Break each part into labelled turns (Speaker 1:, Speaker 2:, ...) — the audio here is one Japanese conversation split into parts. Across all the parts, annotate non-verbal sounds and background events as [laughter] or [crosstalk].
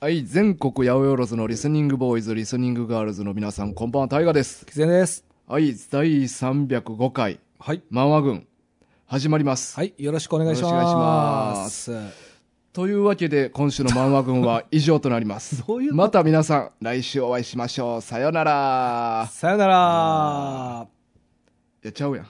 Speaker 1: はい、全国八百万のリスニングボーイズ、リスニングガールズの皆さん、こんばんは、タイガです。
Speaker 2: 喫煙です。
Speaker 1: はい、第305回、
Speaker 2: はい。
Speaker 1: 漫画軍、始まります。
Speaker 2: はい。よろしくお願いします。
Speaker 1: よろしくお願いしますというわけで、今週の漫画軍は以上となり [laughs] ます。
Speaker 2: どういうこと
Speaker 1: また皆さん、来週お会いしましょう。さよなら。
Speaker 2: さよなら。
Speaker 1: いや、ちゃうやん。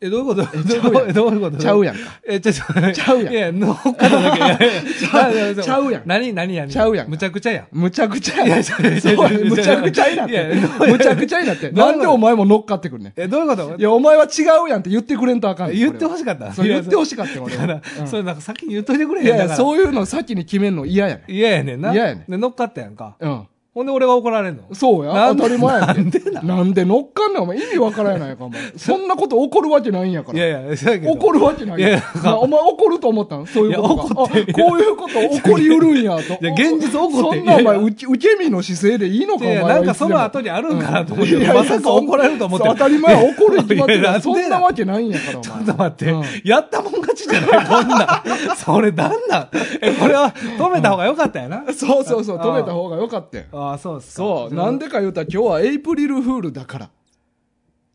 Speaker 2: え、どういうこと
Speaker 1: ちゃうやん
Speaker 2: どういうこと
Speaker 1: ちゃうやん
Speaker 2: ん。
Speaker 1: か。
Speaker 2: え、ちょ、ちょ、
Speaker 1: ちゃうやん
Speaker 2: いや、乗っかっただけ。 [laughs] ち
Speaker 1: ゃうちゃうやん
Speaker 2: 何、何、何
Speaker 1: ちゃうやん
Speaker 2: むちゃくちゃやん。
Speaker 1: むちゃくちゃやん。そ
Speaker 2: やちゃう
Speaker 1: うむちゃくちゃになっ
Speaker 2: いやい
Speaker 1: て。
Speaker 2: や
Speaker 1: むちゃくちゃに [laughs] なって。
Speaker 2: どうい
Speaker 1: な
Speaker 2: うこと
Speaker 1: んでお前も乗っかってくんねん。
Speaker 2: え、どういうこと
Speaker 1: いや、お前は違うやんって言ってくれんとあかんねん。
Speaker 2: 言ってほ
Speaker 1: し
Speaker 2: しかった。
Speaker 1: そう言ってほ
Speaker 2: し
Speaker 1: しかったよ、俺
Speaker 2: か
Speaker 1: は。
Speaker 2: った。それなんか先に言っといてくれ
Speaker 1: いやいや、
Speaker 2: う。
Speaker 1: そういうの先に決めんの嫌やね
Speaker 2: 嫌やねんな。
Speaker 1: 嫌やねん
Speaker 2: で、乗っかったやんか。
Speaker 1: ん。うん。
Speaker 2: ほんで俺が怒られんの。
Speaker 1: そうや。
Speaker 2: なん
Speaker 1: 当
Speaker 2: で
Speaker 1: たり前やねん
Speaker 2: なんでな
Speaker 1: なんで乗っかんねん、お前。意味わからんやないか、お前。そんなこと起こるわけないんやか
Speaker 2: い
Speaker 1: ら。
Speaker 2: やいや、そうやけど。
Speaker 1: 怒るわけない
Speaker 2: い
Speaker 1: や
Speaker 2: や
Speaker 1: んなお前怒ると思ったんそういうこと
Speaker 2: い
Speaker 1: が
Speaker 2: や怒って
Speaker 1: あこういうこと起こりうるんやと。
Speaker 2: いや現実怒って
Speaker 1: そんなお
Speaker 2: いやい
Speaker 1: 前、
Speaker 2: や
Speaker 1: 受け受け身の姿勢でいいのか、お
Speaker 2: いや
Speaker 1: 前は。
Speaker 2: なんかその
Speaker 1: いつで
Speaker 2: 後にあるんかなと思
Speaker 1: も
Speaker 2: って、
Speaker 1: いやいや
Speaker 2: まさか怒られると思って。
Speaker 1: そう当たり前は怒るに決まって
Speaker 2: [laughs] いやい
Speaker 1: る。
Speaker 2: や
Speaker 1: そんなわけないんやから、お
Speaker 2: ちょ
Speaker 1: 前
Speaker 2: っ。と待って、
Speaker 1: うん
Speaker 2: やったもん勝ちじゃない、こん [laughs] なん。それ、なんなんえ、これは止めた方が良かったよな。
Speaker 1: そうそうそう、止めた方がよかったよ。
Speaker 2: ああ、そうっすか。
Speaker 1: そう、なん
Speaker 2: で
Speaker 1: でか言うたら今日はエイプリルフールだから。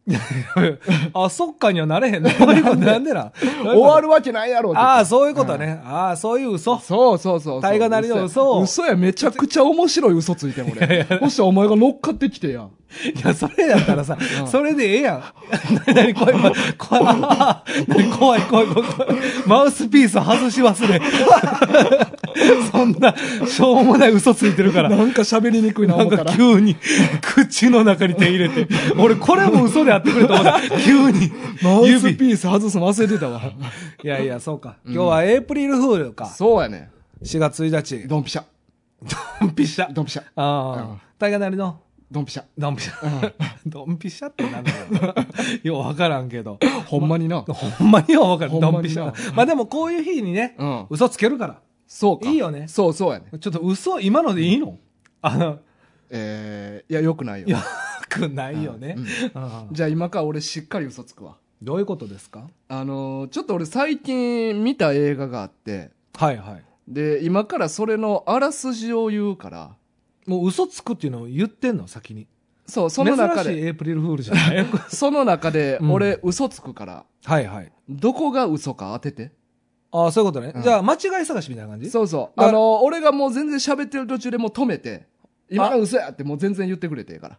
Speaker 2: [laughs] あ、そっかにはなれへ
Speaker 1: [laughs]
Speaker 2: んの。どういうことなんでな。
Speaker 1: 終わるわけないやろって
Speaker 2: ああ、そういうことね。ああ、そういう嘘。
Speaker 1: そうそうそうそう。
Speaker 2: 大河なりの嘘を
Speaker 1: 嘘や、めちゃくちゃ面白い嘘ついてん、俺。もしお前が乗っかってきて
Speaker 2: [laughs]
Speaker 1: や。
Speaker 2: いや、それやったらさ、それでええやん。なに、怖い、怖い、怖い、あー何怖い、怖い、怖い、怖い。マウスピース外し忘れ。 [laughs] そんな、しょうもない嘘ついてるから。
Speaker 1: なんか喋りにくいな、
Speaker 2: な
Speaker 1: 思
Speaker 2: ん
Speaker 1: った。
Speaker 2: から急に、口の中に手入れて。俺、これも嘘であってくれと思
Speaker 1: [laughs]
Speaker 2: った。急に
Speaker 1: マ、ウス
Speaker 2: 指。い
Speaker 1: ピース外すの忘れてたわ。
Speaker 2: やいや、そうか。今日はエイプリルフールか。
Speaker 1: そうやね。
Speaker 2: 4月1日。
Speaker 1: ドンピシャ。
Speaker 2: ドンピシャ。
Speaker 1: ドンピシャ。う
Speaker 2: あ
Speaker 1: ん
Speaker 2: あ。大河なりの、
Speaker 1: ドンピシャ。
Speaker 2: ドンピシャ。 [laughs] ドンピシャってなんだろう。ようわからんけど。
Speaker 1: ほんまにな。
Speaker 2: ほんまには分か
Speaker 1: ほ
Speaker 2: る。
Speaker 1: んまにな
Speaker 2: ドンピシャ。まあでもこういう日にね、
Speaker 1: うん
Speaker 2: 嘘つけるか
Speaker 1: そうか。
Speaker 2: いいよね
Speaker 1: そうそうやね。
Speaker 2: ら。ちょっと嘘、今のでいいのあの、
Speaker 1: えー、いや、よくないよ。
Speaker 2: よくないよね。うん
Speaker 1: じゃあ今から俺しっかり嘘つくわ。
Speaker 2: どういうことですか
Speaker 1: あのーちょっと俺最近見た映画があって、
Speaker 2: はいはい。
Speaker 1: で、今からそれのあらすじを言うから、
Speaker 2: もう嘘つくっていうのを言ってんの、先に。
Speaker 1: そう、その中
Speaker 2: 珍し
Speaker 1: で、
Speaker 2: いエイプリルフールじ
Speaker 1: [laughs]
Speaker 2: ゃない
Speaker 1: その中で
Speaker 2: うん
Speaker 1: 俺嘘つくから、
Speaker 2: はいはい。
Speaker 1: どこが嘘か当てて。
Speaker 2: ああ、そういうことね
Speaker 1: う。ん
Speaker 2: じゃあ、間違い探しみたいな感じ
Speaker 1: そうそう。
Speaker 2: だ
Speaker 1: あの、俺がもう全然喋ってる途中でもう止めて、今の嘘やってもう全然言ってくれていいから。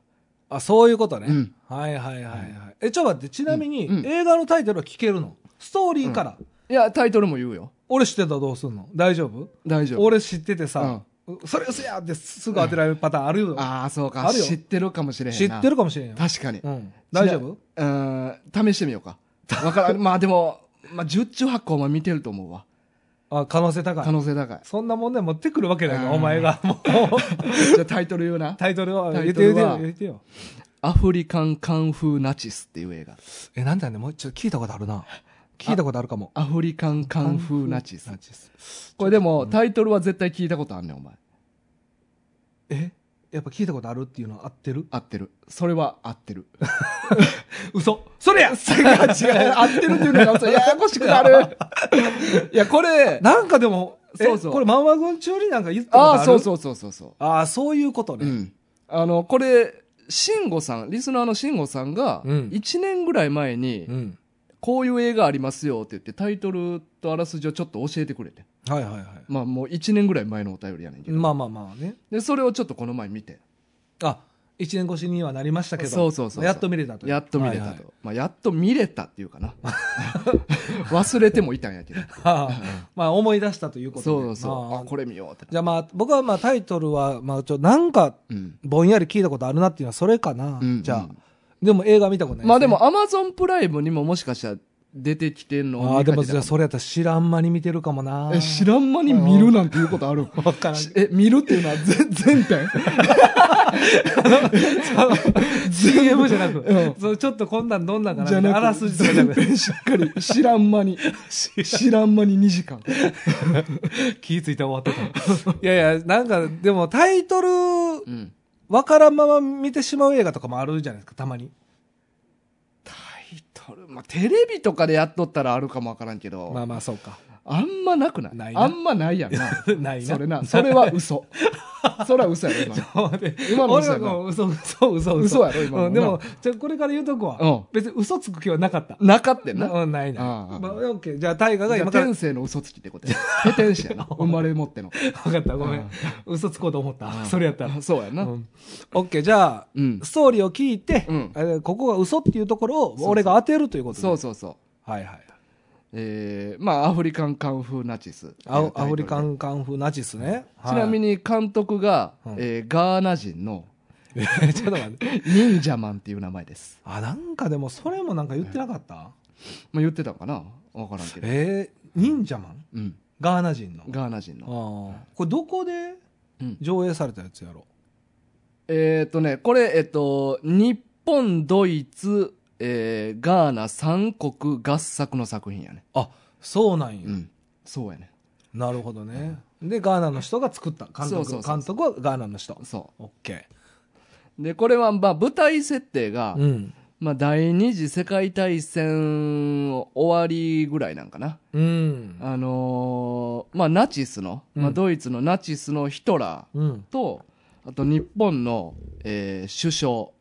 Speaker 2: あ、そういうことね
Speaker 1: うん。
Speaker 2: はいはいはいはい。え、ちょっと待って、ちなみに
Speaker 1: うんうん
Speaker 2: 映画のタイトルは聞けるのストーリーから。
Speaker 1: いや、タイトルも言うよ。
Speaker 2: 俺知ってたらどうすんの大丈夫
Speaker 1: 大丈夫。
Speaker 2: 俺知っててさ、それ嘘やってすぐ当てられるパターンあるよ。
Speaker 1: ああ、そうか。
Speaker 2: あるよ
Speaker 1: 知ってるかもしれへん
Speaker 2: 知
Speaker 1: な。
Speaker 2: ってるかもしれんよ。
Speaker 1: 確かに。
Speaker 2: うん。大丈夫
Speaker 1: うーん、試してみようか。わ
Speaker 2: [laughs]
Speaker 1: からん。まあでも、まあ、十中八個お前見てると思うわ。
Speaker 2: あ、可能性高
Speaker 1: 可
Speaker 2: い。
Speaker 1: 能性
Speaker 2: [laughs]
Speaker 1: 高い。
Speaker 2: そんな問題持ってくるわけないか
Speaker 1: う
Speaker 2: ら、
Speaker 1: ん
Speaker 2: お前
Speaker 1: [laughs]
Speaker 2: が。もう、
Speaker 1: じゃあタイトル言うな。
Speaker 2: タイトルは、
Speaker 1: タ
Speaker 2: 言
Speaker 1: イ
Speaker 2: っ
Speaker 1: ト
Speaker 2: てよ
Speaker 1: ル
Speaker 2: 言
Speaker 1: は
Speaker 2: ってよ言ってよ。
Speaker 1: アフリカンカンフーナチスっていう映画。
Speaker 2: え、なんだよね、もうちょっと聞いたことあるな。聞いたことあるかも。
Speaker 1: アフリカンカンフーナチス
Speaker 2: ナ。チス。
Speaker 1: これでも、タイトルは絶対聞いたことあんねん、お前。
Speaker 2: えやっぱ聞いたことあるっていうのは合ってる
Speaker 1: 合ってる。それは合ってる。
Speaker 2: 嘘そ
Speaker 1: [laughs]
Speaker 2: れや
Speaker 1: 違う、合
Speaker 2: [laughs]
Speaker 1: ってるっていうのが嘘ややこしくなる。いや、これ、
Speaker 2: [laughs] なんかでも、え
Speaker 1: そうそう
Speaker 2: これ漫画軍中になんか言ったこと
Speaker 1: あ
Speaker 2: ある
Speaker 1: あ、そうそうそうそうそ
Speaker 2: ああ、そういうこと
Speaker 1: う。う
Speaker 2: ね。
Speaker 1: ん。あの、これ、慎吾さん、リスナーの慎吾さんが、
Speaker 2: うん
Speaker 1: 1年ぐらい前に
Speaker 2: う、ん。
Speaker 1: こういう映画ありますよって言って、タイトルとあらすじをちょっと教えてくれて。
Speaker 2: はいはいは
Speaker 1: まあ、もう1年ぐらい前のお便りやねんけ
Speaker 2: い。
Speaker 1: ど。
Speaker 2: まあまあまあね。
Speaker 1: で、それをちょっとこの前見て、
Speaker 2: あ、一年越しにはなりましたけど。
Speaker 1: そうそうそうそう
Speaker 2: やっと見れたという。
Speaker 1: やっと見れたと。
Speaker 2: はいはい
Speaker 1: まあ、やっと見れたっていうか
Speaker 2: [laughs]
Speaker 1: な。忘れてもいたんやけど。
Speaker 2: はあまあ思い [laughs] 出したということで。
Speaker 1: そうそう。
Speaker 2: ま
Speaker 1: あ
Speaker 2: あ
Speaker 1: これ見ようって。
Speaker 2: じゃあまあ、僕はまあタイトルは、まあちょ、なんか、
Speaker 1: うん。
Speaker 2: ぼんやり聞いたことあるなっていうのはそれかな。
Speaker 1: うん
Speaker 2: じゃあ
Speaker 1: うん。
Speaker 2: でも映画見たことないすね
Speaker 1: まあでも、アマゾンプライムにももしかしたら出てきてんの
Speaker 2: ああ、
Speaker 1: 見か
Speaker 2: で
Speaker 1: け
Speaker 2: も
Speaker 1: た
Speaker 2: じゃあそれやったら知らん間に見てるかもな。
Speaker 1: え、
Speaker 2: [laughs]
Speaker 1: 知らん間に見るなんていうことある
Speaker 2: わからん。
Speaker 1: しえ、見るっていうのは全、 [laughs] 全
Speaker 2: [laughs]
Speaker 1: 点
Speaker 2: CM じゃなく、
Speaker 1: うん
Speaker 2: そうちょっとこんなんどんなんかな
Speaker 1: じゃ
Speaker 2: みたい
Speaker 1: な
Speaker 2: な
Speaker 1: く
Speaker 2: あらすじとかじゃなくて
Speaker 1: 全編しっかり、知らん間に、知らん間に2時間。
Speaker 2: 気ぃついて終わってた。いやいや、なんか、でもタイトル、
Speaker 1: うん。
Speaker 2: わからんまま見てしまう映画とかもあるじゃないですか、たまに。
Speaker 1: タイトル、まあ、テレビとかでやっとったらあるかもわからんけど、
Speaker 2: まあまあ、そうか。 [laughs]
Speaker 1: あ、あんまなくない
Speaker 2: ないな
Speaker 1: あんまないやんな。
Speaker 2: [laughs] ないな。
Speaker 1: それな、それは
Speaker 2: [laughs]
Speaker 1: 嘘。それは嘘やろ、今の。今の
Speaker 2: 俺
Speaker 1: 嘘や
Speaker 2: は
Speaker 1: な
Speaker 2: もう嘘、嘘、嘘、
Speaker 1: 嘘やろ今の
Speaker 2: うんでも、じゃこれから言うとこ
Speaker 1: うん
Speaker 2: は、別に嘘つく気はなかった。
Speaker 1: なかってんな。じ
Speaker 2: うんないない。
Speaker 1: ああ
Speaker 2: まあ、オッケー。じゃあ、大河
Speaker 1: ゃ
Speaker 2: が
Speaker 1: あ
Speaker 2: 今から、
Speaker 1: 天
Speaker 2: 分
Speaker 1: 性の嘘つきってこと
Speaker 2: [laughs]
Speaker 1: や。ペテン師やな。生まれ持っての。
Speaker 2: かった、ごめ
Speaker 1: うん
Speaker 2: ん。嘘つこうと思った。
Speaker 1: ん
Speaker 2: それやったら。
Speaker 1: そうやな。
Speaker 2: うんオッケー、じゃあ
Speaker 1: うん、
Speaker 2: ストーリーを聞いて
Speaker 1: うん、
Speaker 2: えーここが嘘っていうところを
Speaker 1: そう
Speaker 2: 俺が当てるということで
Speaker 1: そうそうそう。
Speaker 2: はいはい。
Speaker 1: えー、まあ、アフリカンカンフーナチス。
Speaker 2: アフアフリカ
Speaker 1: ン。
Speaker 2: ンカン風ナチスね。
Speaker 1: ちなみ
Speaker 2: に。
Speaker 1: に
Speaker 2: [laughs]
Speaker 1: 監督が、
Speaker 2: うん
Speaker 1: えーガーナ人の
Speaker 2: ちょっと待って。
Speaker 1: 忍者マンっていう名前です。
Speaker 2: あ、なんかでも、それもなんか言ってなかった
Speaker 1: まあ、言ってたんかなわからんけど。
Speaker 2: えー、忍者マン
Speaker 1: うん。
Speaker 2: ガーナ人の。
Speaker 1: ガーナ人の。
Speaker 2: ああ。これどこで
Speaker 1: うん
Speaker 2: 上映されたやつやろ
Speaker 1: えっ、とね、これ、えっ、と、日本、ドイツ、えーガーナ三国合作の作品やね。
Speaker 2: あ、そうなんや
Speaker 1: う。ん。そうやね。
Speaker 2: なるほどね。で、ガーナの人が作った。監
Speaker 1: そうそう
Speaker 2: 督
Speaker 1: そう
Speaker 2: 監督はガーナの人。
Speaker 1: そ
Speaker 2: オッケ
Speaker 1: う。で、これは、まあ、舞台設定が、
Speaker 2: ー。うん。
Speaker 1: まあ、第二次世界大戦終わりぐらいなんかな。
Speaker 2: うん。
Speaker 1: あのーまあ、ナチスの、まあ、
Speaker 2: うん
Speaker 1: ドイツのナチスのヒトラ
Speaker 2: うん。
Speaker 1: ーと、あと日本の、えー首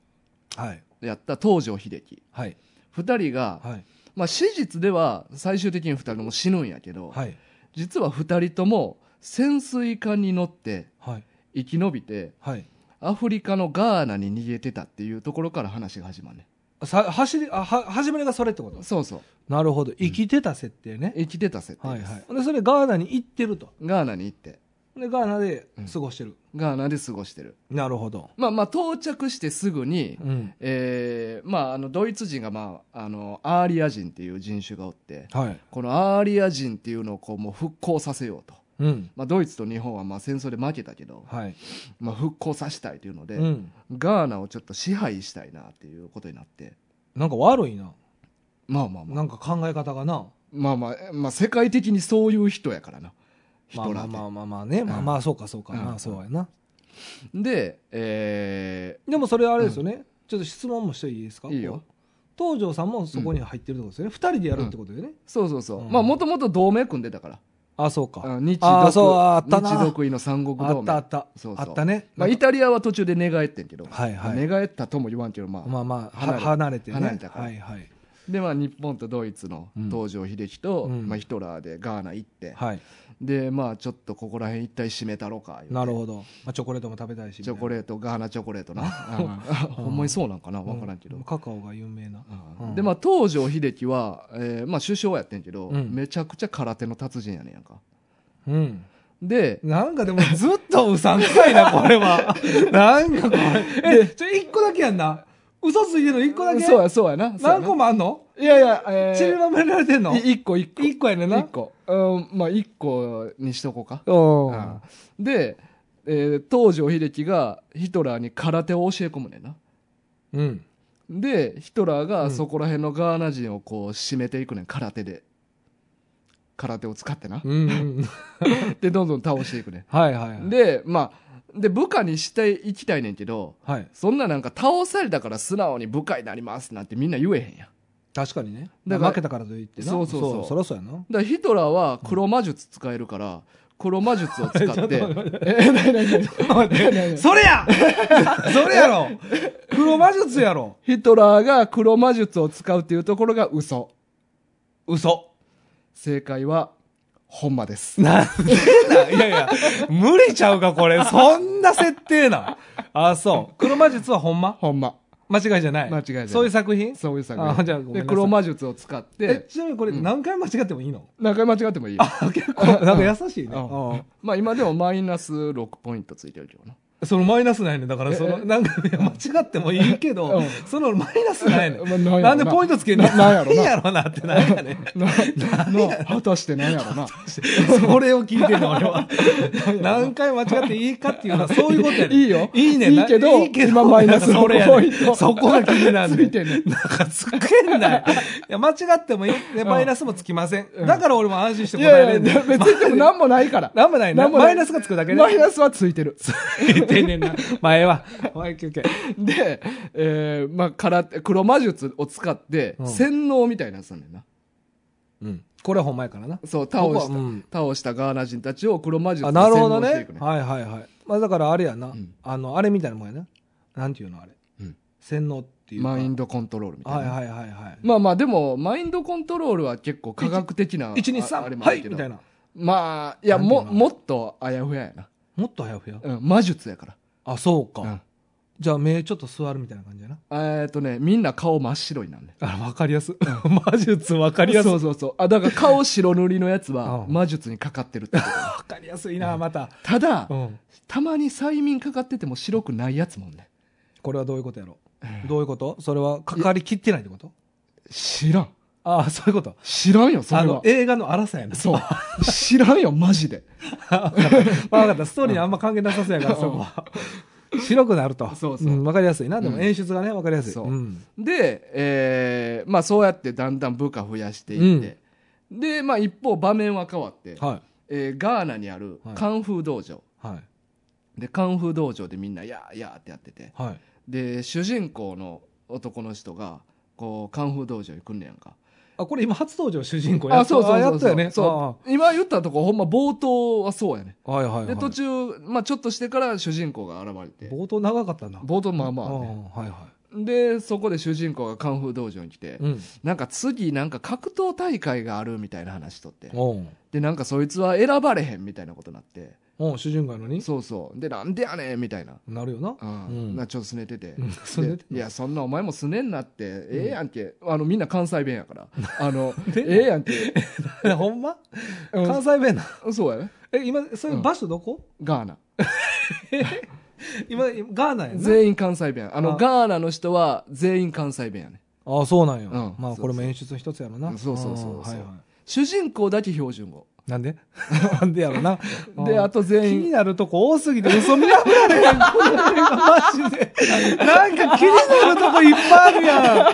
Speaker 2: はい。
Speaker 1: 相やった東条英機。
Speaker 2: はい。
Speaker 1: 二人が、
Speaker 2: はい。
Speaker 1: まあ、史実では最終的に二人とも死ぬんやけど、
Speaker 2: はい。
Speaker 1: 実は二人とも潜水艦に乗って
Speaker 2: はい。
Speaker 1: 生き延びて、
Speaker 2: はい。
Speaker 1: アフリカのガーナに逃げてたっていうところから話が始まるね。
Speaker 2: さ、走り、あ、は、始めがそれってこと
Speaker 1: そうそう。
Speaker 2: なるほど。生きてた設定ね。
Speaker 1: 生きてた設定
Speaker 2: はい
Speaker 1: です。
Speaker 2: はい。で、それガーナに行ってると。
Speaker 1: ガーナに行って、
Speaker 2: で、ガーナで過ごしてる。
Speaker 1: ガーナで過ごしてる。
Speaker 2: なるほど。
Speaker 1: まあまあ、到着してすぐに、
Speaker 2: うん。
Speaker 1: えーまあ、あのドイツ人が、まあ、あのアーリア人っていう人種がおって
Speaker 2: はい。
Speaker 1: このアーリア人っていうのをこうもう復興させようと、
Speaker 2: うん。
Speaker 1: まあ、ドイツと日本はまあ戦争で負けたけど、
Speaker 2: はい。
Speaker 1: まあ、復興させたいというので、
Speaker 2: うん。
Speaker 1: ガーナをちょっと支配したいなっていうことになって
Speaker 2: なんか悪いな。
Speaker 1: まあまあまあ
Speaker 2: なんか考え方がな。
Speaker 1: まあまあ、えまあ、世界的にそういう人やからなヒ
Speaker 2: まあ
Speaker 1: トラーっ
Speaker 2: まあ
Speaker 1: て
Speaker 2: まあまあまあね。まあまあ、そうかそうか。
Speaker 1: うん
Speaker 2: まあそうやな。
Speaker 1: で、え
Speaker 2: でもそれあれですよね、ちょっと質問もしていいですか
Speaker 1: いいよ
Speaker 2: 東條さんもそこに入ってるってことですよね、二人でやるってことでね、
Speaker 1: ーそうそうそう、
Speaker 2: うん
Speaker 1: まあもともと同盟組んでたから
Speaker 2: あそうか
Speaker 1: あの日
Speaker 2: あそうあ
Speaker 1: 独
Speaker 2: ったな
Speaker 1: 日独伊の三国
Speaker 2: あ
Speaker 1: 同
Speaker 2: った
Speaker 1: 盟
Speaker 2: あった
Speaker 1: そうそう
Speaker 2: あったね、
Speaker 1: まあ、イタリアは途中で寝返ってんけど、
Speaker 2: はいはい
Speaker 1: 寝返ったとも言わんけど、まあ、
Speaker 2: まあまあ
Speaker 1: 離
Speaker 2: 離
Speaker 1: れ
Speaker 2: れ離れてね
Speaker 1: 離れたから
Speaker 2: はいはい
Speaker 1: で、まあ、日本とドイツの
Speaker 2: うん
Speaker 1: 東条英機と、
Speaker 2: うん
Speaker 1: まあ、ヒトラーでガーナ行って、
Speaker 2: はい
Speaker 1: で、まあ、ちょっとここら辺一体締めたろか、
Speaker 2: なる
Speaker 1: ど。
Speaker 2: ほど、まあ、チョコレートも食べたいし
Speaker 1: チョコ
Speaker 2: レ
Speaker 1: レート、ガーナチョコレート
Speaker 2: [laughs]
Speaker 1: な。うんほんまにそうなんかな、わからんけど。
Speaker 2: カカオが有名な、
Speaker 1: うんでまあ、東条英機は、えーまあ、首相やってんけど、
Speaker 2: うん
Speaker 1: めちゃくちゃ空手の達人やねんやんか
Speaker 2: うん
Speaker 1: で
Speaker 2: なんかでもずっとうさんくさいな、これは。 [laughs] なんかこれ。え、ちょ、一個だけやんな。嘘ついてるの一個だけ
Speaker 1: そうやそうやなそうや
Speaker 2: 何
Speaker 1: な
Speaker 2: 個もあんの
Speaker 1: いやいや、え
Speaker 2: ちりばめられてんの
Speaker 1: 1個1個
Speaker 2: 一個やねんな
Speaker 1: 一個うんまあ1個にしとこうか
Speaker 2: お
Speaker 1: うんで、えー東条英機がヒトラーに空手を教え込むねんな
Speaker 2: うん。
Speaker 1: でヒトラーが
Speaker 2: うん
Speaker 1: そこら辺のガーナ人をこう締めていくねん空手で空手を使ってな
Speaker 2: うん。 [laughs]
Speaker 1: でどんどん倒していくね
Speaker 2: はいはいはい。
Speaker 1: ん、でまあで部下にしていきたいねんけど
Speaker 2: はい。
Speaker 1: そんななんか倒されたから素直に部下になりますなんてみんな言えへんやん
Speaker 2: 確かにね。
Speaker 1: だから
Speaker 2: 負けたからといってな。
Speaker 1: そうそうそう
Speaker 2: そらそうやな。
Speaker 1: だからヒトラーは黒魔術使えるから黒魔術 [laughs] を使って
Speaker 2: [laughs] それ [laughs] やそれやろ黒魔術やろ
Speaker 1: ヒトラーが黒魔術を使うっていうところが嘘
Speaker 2: 嘘。
Speaker 1: 正解は、ほんまです。
Speaker 2: なんでなんいやいや、無理ちゃうか、これ。そんな設定なん。あ、そう。黒魔術はほんま
Speaker 1: ほんま。
Speaker 2: 間違いじゃない。
Speaker 1: 間違いじゃない
Speaker 2: そういう作品
Speaker 1: そういう作
Speaker 2: あ
Speaker 1: 品。
Speaker 2: じゃあごめんな
Speaker 1: で、
Speaker 2: さい
Speaker 1: 黒魔術を使っ
Speaker 2: え
Speaker 1: て、
Speaker 2: ちなみにこれ何回間違ってもいいの
Speaker 1: 何回間違ってもいいよ。
Speaker 2: あ結構、なんか優しいね。
Speaker 1: うん
Speaker 2: うん
Speaker 1: まあ今でもマイナス6ポイントついてるけどな。
Speaker 2: そのマイナスないねんだから、その、
Speaker 1: え
Speaker 2: なんか、いや間違ってもいいけど、
Speaker 1: うん
Speaker 2: そのマイナスないね [laughs]
Speaker 1: まあ
Speaker 2: ん
Speaker 1: なんやろな
Speaker 2: なんでポイントつけんねん。
Speaker 1: ななんやろな
Speaker 2: 何やろなってなんやねん。
Speaker 1: な、な果たしてなんやろな。
Speaker 2: それを聞いてんの、俺 [laughs] は。何回間違っていいかっていうのは、そういうことやねん。
Speaker 1: いいよ
Speaker 2: いいねんない
Speaker 1: いけど
Speaker 2: いいけど、
Speaker 1: 今マイナス
Speaker 2: それやねん
Speaker 1: ポイント
Speaker 2: そこが気になる
Speaker 1: ついてんねん
Speaker 2: なんかつけんな
Speaker 1: [laughs]
Speaker 2: よ。いや、間違ってもいい。でマイナスもつきません。だから俺も安心して
Speaker 1: い
Speaker 2: 答え
Speaker 1: や
Speaker 2: れ
Speaker 1: い
Speaker 2: んねん。
Speaker 1: や、別にでも何もないから。
Speaker 2: なんもないな。
Speaker 1: 何もない
Speaker 2: マイナスがつくだけで。
Speaker 1: マイナスはついてる。
Speaker 2: 言ってんねんな。前は。はい、休憩。
Speaker 1: [laughs] で、えーまあ空手、黒魔術を使って、
Speaker 2: うん
Speaker 1: 洗脳みたいなやつなんだよな。
Speaker 2: うん。これはほんまやからな。
Speaker 1: そう、倒し
Speaker 2: ここ
Speaker 1: た、
Speaker 2: はうん
Speaker 1: 倒したガーナ人たちを黒魔術
Speaker 2: あ、
Speaker 1: で
Speaker 2: なるほど
Speaker 1: 洗脳して
Speaker 2: ね
Speaker 1: いく。
Speaker 2: はいはいはい。まあだからあれやな。
Speaker 1: ん
Speaker 2: あの、あれみたいなもんやな。なんていうのあれ。
Speaker 1: うん
Speaker 2: 洗脳っていうか。
Speaker 1: マインドコントロールみたいな。
Speaker 2: はいはいはいはい。
Speaker 1: まあまあ、でも、マインドコントロールは結構科学的な。
Speaker 2: 一二
Speaker 1: あ
Speaker 2: 三
Speaker 1: あれもあ
Speaker 2: は
Speaker 1: る
Speaker 2: い
Speaker 1: け
Speaker 2: み
Speaker 1: ど
Speaker 2: たいな。
Speaker 1: まあ、いや、も、
Speaker 2: なんていうの
Speaker 1: もっとあやふややな。
Speaker 2: もっと早くや。
Speaker 1: うん、魔術やから。
Speaker 2: あ、そうか。
Speaker 1: うん
Speaker 2: じゃあ目ちょっと座るみたいな感じやな。
Speaker 1: えーっとね、みんな顔真っ白になんね。
Speaker 2: あわかりや [laughs] す。魔術わかりやす。
Speaker 1: そ
Speaker 2: わ
Speaker 1: うそうそう。あ、だから顔白塗りのやつは
Speaker 2: うん
Speaker 1: 魔術にかかってるってこと。
Speaker 2: かりやすいな、また。
Speaker 1: ただ、
Speaker 2: うん。
Speaker 1: たまに催眠かかってても白くないやつもんね。
Speaker 2: これはどういうことやろどういうことそれは関わりきってないってこと
Speaker 1: 知らん。
Speaker 2: ああ、そういうこと。
Speaker 1: 知らんよ、それ
Speaker 2: あの
Speaker 1: は、。
Speaker 2: 映画の荒さやな。
Speaker 1: そう。知らんよ、マジで。
Speaker 2: [laughs] わかった。ストーリーにあんま関係なさそうやから、そこは。白くなると。
Speaker 1: そうそうん
Speaker 2: わかりやすいな。でも
Speaker 1: うん
Speaker 2: 演出がね、わかりやすい。
Speaker 1: そう
Speaker 2: うん
Speaker 1: で、えーまあそうやってだんだん部下増やしていって、で、まあ一方場面は変わって、
Speaker 2: は
Speaker 1: えーガーナにある
Speaker 2: はい
Speaker 1: カンフー道場。
Speaker 2: い。はい。
Speaker 1: で、カンフー道場でみんな、やーやーってやってて、
Speaker 2: はい。
Speaker 1: で、主人公の男の人が、こう、カンフー道場に来んねやんか。
Speaker 2: あ、これ今初登場主人公や
Speaker 1: あ、そうそうそうそう。
Speaker 2: やったよね。
Speaker 1: そう。今言ったとこ、ほんま冒頭はそうやね。
Speaker 2: ああはいはいは
Speaker 1: で、
Speaker 2: い。
Speaker 1: 途中、まあちょっとしてから主人公が現れて、
Speaker 2: 冒頭長かったな。
Speaker 1: 冒頭まあまあ、ね、
Speaker 2: ああはいは
Speaker 1: で、そこで主人公がカンフー道場に来て
Speaker 2: い。、うん。
Speaker 1: なんか次なんか格闘大会があるみたいな話しとって。
Speaker 2: おう
Speaker 1: で、なんかそいつは選ばれへんみたいなことになって。
Speaker 2: おう主人公やのに
Speaker 1: そうそう。で、なんでやねんみたいな。
Speaker 2: なるよな。
Speaker 1: うん。
Speaker 2: うん
Speaker 1: なちょっとすねてて。
Speaker 2: うん
Speaker 1: で
Speaker 2: すねてんの
Speaker 1: いや、そんなお前もすねんなって、ええやんけ。あの、みんな関西弁や
Speaker 2: [laughs]
Speaker 1: から。あの、
Speaker 2: で
Speaker 1: ええやんけ。
Speaker 2: [laughs] ほんま
Speaker 1: うん
Speaker 2: 関西弁な。
Speaker 1: そうやね。
Speaker 2: え、今、そういう場所どこ
Speaker 1: ガーナ。
Speaker 2: 今、ガーナやな。
Speaker 1: 全員関西弁や。あの、
Speaker 2: あ
Speaker 1: ガーナの人は全員関西弁やね。
Speaker 2: ああ、そうなん
Speaker 1: う
Speaker 2: や。
Speaker 1: ん
Speaker 2: まあ、これも演出の一つやろな。
Speaker 1: そうそうそうそう
Speaker 2: ああはいは
Speaker 1: 主人公だけ標準語。
Speaker 2: い。なんで [laughs] なん [laughs] でやろな。
Speaker 1: で、あと
Speaker 2: 気
Speaker 1: 全
Speaker 2: に
Speaker 1: 員。
Speaker 2: なるとこ多すぎて嘘見破られへん。この映画マジで。なんか気になるとこいっぱいあるや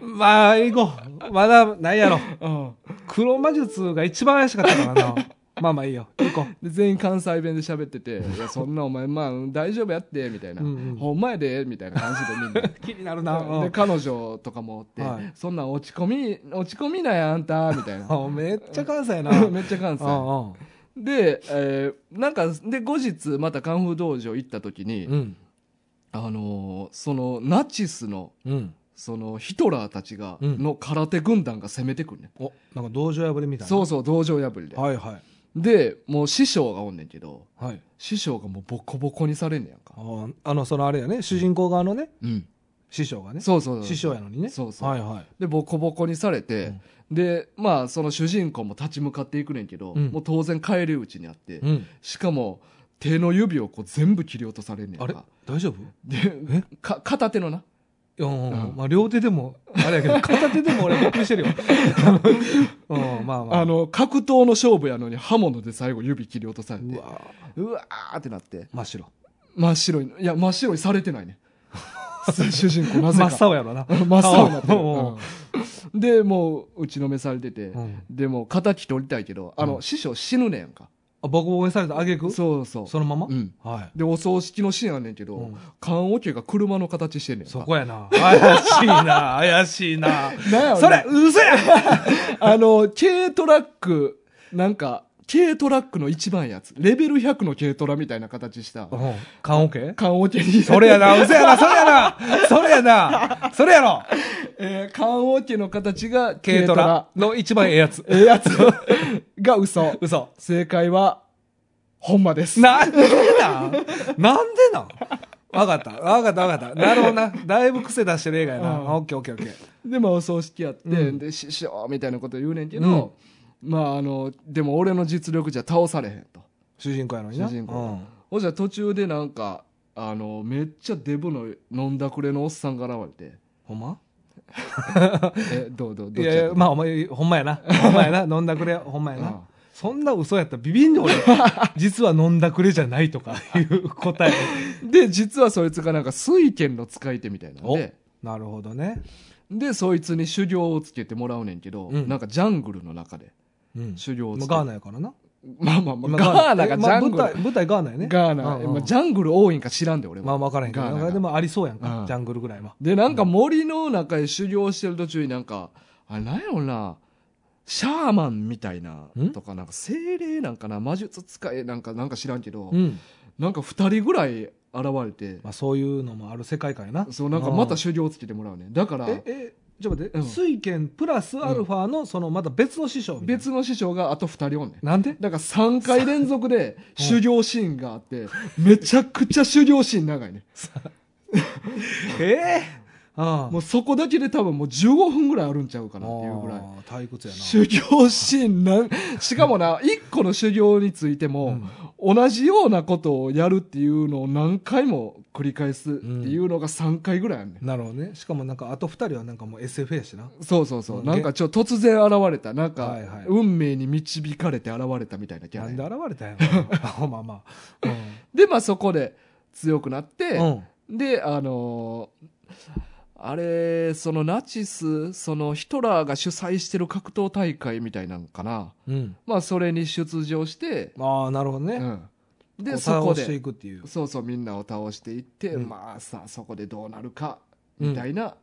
Speaker 2: ん。まあ、行こう。まだ、ないやろ。
Speaker 1: うん
Speaker 2: 黒魔術が一番怪しかったからな。まあまあいいよ。行こう。
Speaker 1: で全員関西弁で喋ってて「いやそんなお前まあうん大丈夫やって」みたいな
Speaker 2: うんう
Speaker 1: 「
Speaker 2: ん
Speaker 1: ほんまやで」みたいな感じでみんな
Speaker 2: 気にな [laughs] るな。
Speaker 1: で彼女とかもおって、
Speaker 2: はい
Speaker 1: そんなん落ち込み落ち込みなんやあんたみたいな
Speaker 2: [laughs] あめっちゃ関西やな。
Speaker 1: めっちゃ関西
Speaker 2: あ
Speaker 1: で、えーなんかで後日またカンフー道場行った時に、
Speaker 2: うん。
Speaker 1: あのーそのナチスの
Speaker 2: うん。
Speaker 1: そのヒトラーたちが、
Speaker 2: うん
Speaker 1: の空手軍団が攻めてくるねん
Speaker 2: お、なんか道場破りみたいな。
Speaker 1: そうそう道場破りで、
Speaker 2: はいはい。
Speaker 1: でもう師匠がおんねんけど
Speaker 2: はい。
Speaker 1: 師匠がもうボコボコにされんねやんか
Speaker 2: あ、ーあの、そのあれやね、主人公側のね、
Speaker 1: うん、
Speaker 2: 師匠がね。
Speaker 1: そうそうそう
Speaker 2: 師匠やのにね。
Speaker 1: そうそう
Speaker 2: はいはい。
Speaker 1: でボコボコにされて、でまあその主人公も立ち向かっていくねんけど、
Speaker 2: うん
Speaker 1: もう当然返り討ちにあって、
Speaker 2: うん。
Speaker 1: しかも手の指をこう全部切り落とされんねんか
Speaker 2: あれ大丈夫
Speaker 1: でか片手のな
Speaker 2: うんうん
Speaker 1: うん
Speaker 2: まあ両手でも、あれや
Speaker 1: [laughs]
Speaker 2: けど、片手でも俺びっくりしてるよ。うん、まあまあ。
Speaker 1: あの格闘の勝負やのに刃物で最後指切り落とされて
Speaker 2: う
Speaker 1: うわ
Speaker 2: わ
Speaker 1: ーってなって
Speaker 2: 真っ白。
Speaker 1: 真っ白にいや真っ白にされてない
Speaker 2: [laughs]
Speaker 1: ね主人公なぜ
Speaker 2: 真
Speaker 1: か
Speaker 2: っ青やろな。
Speaker 1: 真っ青になってる
Speaker 2: うんうん
Speaker 1: うんでもう打ちのめされてて、
Speaker 2: うん
Speaker 1: でも敵取りたいけどあの、
Speaker 2: うん
Speaker 1: 師匠死ぬねんか
Speaker 2: あボコボコにされた挙句
Speaker 1: そうそう
Speaker 2: そのまま
Speaker 1: うん
Speaker 2: はい。
Speaker 1: でお葬式のシーンあんねんけど、
Speaker 2: うん
Speaker 1: 棺桶が車の形してんねんか
Speaker 2: そこやな。怪しいな、怪しいな。
Speaker 1: なんやろな
Speaker 2: それ、嘘や
Speaker 1: [laughs] あの、軽トラック、なんか、軽トラックの一番やつ。レベル100の軽トラみたいな形した。
Speaker 2: うん。缶オケ
Speaker 1: 缶オケに。
Speaker 2: それやな、嘘やな、それやな、それやな、それやろ。
Speaker 1: えー、缶オケの形が
Speaker 2: 軽
Speaker 1: 軽
Speaker 2: ト
Speaker 1: トラ
Speaker 2: ラ。の一番ええやつ。
Speaker 1: ええやつが嘘。
Speaker 2: [laughs] 嘘。
Speaker 1: 正解は、ほんまです。
Speaker 2: なんでなんなんでなんわかった。わかったわかった。なるほどな。だいぶ癖出してる映画やな。
Speaker 1: うん
Speaker 2: あオッケーオッケーオッケー。
Speaker 1: で、まあ、お葬式やって、
Speaker 2: うん
Speaker 1: で、師匠みたいなこと言うねんけど、まあ、あの、でも俺の実力じゃ倒されへんと。
Speaker 2: 主人公やのにな。
Speaker 1: 主人公
Speaker 2: うん
Speaker 1: ほんじゃ途中でなんか、あの、めっちゃデブの飲んだくれのおっさんが現れて、
Speaker 2: ほんま
Speaker 1: え、どうどう
Speaker 2: い
Speaker 1: どう
Speaker 2: やいや、まあお前、ほんまやな。ほんまやな。飲んだくれ、ほんまや
Speaker 1: うん
Speaker 2: な。そんな嘘やったらビビんで俺。実は飲んだくれじゃないとかいう答え。
Speaker 1: で、実はそいつがなんか水剣の使い手みたいなん
Speaker 2: お
Speaker 1: で、
Speaker 2: なるほどね。
Speaker 1: で、そいつに修行をつけてもらうねんけど、
Speaker 2: うん
Speaker 1: なんかジャングルの中で
Speaker 2: うん。
Speaker 1: 修行をつけて。
Speaker 2: ガーナやからな。
Speaker 1: まあまあま
Speaker 2: 今
Speaker 1: あ、ガーナがジャングル。
Speaker 2: まあ舞台、舞台ガーナやね。
Speaker 1: ガーナ、
Speaker 2: うんうん
Speaker 1: まあジャングル多いんか知らんで、俺は。
Speaker 2: まあ分からへんけ
Speaker 1: ガーナ
Speaker 2: ど。
Speaker 1: が
Speaker 2: でもありそうやんか
Speaker 1: う。ん
Speaker 2: ジャングルぐらいは。
Speaker 1: で、なんか森の中で修行してる途中になんか、あれ、なんやろな、シャーマンみたいなんとか、なんか精霊なんかな、魔術使いなんか、なんか知らんけど、
Speaker 2: うん。
Speaker 1: なんか二人ぐらい現れて、
Speaker 2: まあそういうのもある世界観やな。
Speaker 1: そう、なんかまた
Speaker 2: うん
Speaker 1: 修行つけてもらうね。だから、
Speaker 2: え、え、ちょっと待って、
Speaker 1: うん
Speaker 2: 水拳プラスアルファのそのまた別の師匠みたいな。
Speaker 1: 別の師匠があと二人おんねん。
Speaker 2: なんで
Speaker 1: だから3回連続で修行シーンがあって、めちゃくちゃ修行シーン長いね。
Speaker 2: ええああ。
Speaker 1: もうそこだけで多分もう15分ぐらいあるんちゃうかなっていうぐらい。
Speaker 2: ああ退屈やな。
Speaker 1: 修行シーン
Speaker 2: [laughs]
Speaker 1: なん、しかもな、1個の修行についても、同じようなことをやるっていうのを何回も繰り返すっていうのが3回ぐらいあるねん。
Speaker 2: なるほどね。しかもなんかあと二人はなんかもう SF やしな。
Speaker 1: そうそうそう。
Speaker 2: うん
Speaker 1: なんかちょ、突然現れた。なんか
Speaker 2: はいはい、
Speaker 1: 運命に導かれて現れたみたいなキャ
Speaker 2: な
Speaker 1: ラ
Speaker 2: ん
Speaker 1: や
Speaker 2: で
Speaker 1: ね。
Speaker 2: 現れたんや
Speaker 1: [laughs]
Speaker 2: ろまあまあ。
Speaker 1: で、まあそこで強くなって、
Speaker 2: うん。うん
Speaker 1: であのーあれそのナチスそのヒトラーが主催してる格闘大会みたいなのかな
Speaker 2: うん。
Speaker 1: まあそれに出場して、
Speaker 2: ああ、なるほど
Speaker 1: う
Speaker 2: ね。
Speaker 1: ん、で
Speaker 2: こう
Speaker 1: そこ
Speaker 2: 倒してい
Speaker 1: で
Speaker 2: くっていう。
Speaker 1: そうそうみんなを倒していって、
Speaker 2: うん
Speaker 1: まあさあそこでどうなるか
Speaker 2: うん
Speaker 1: みたいな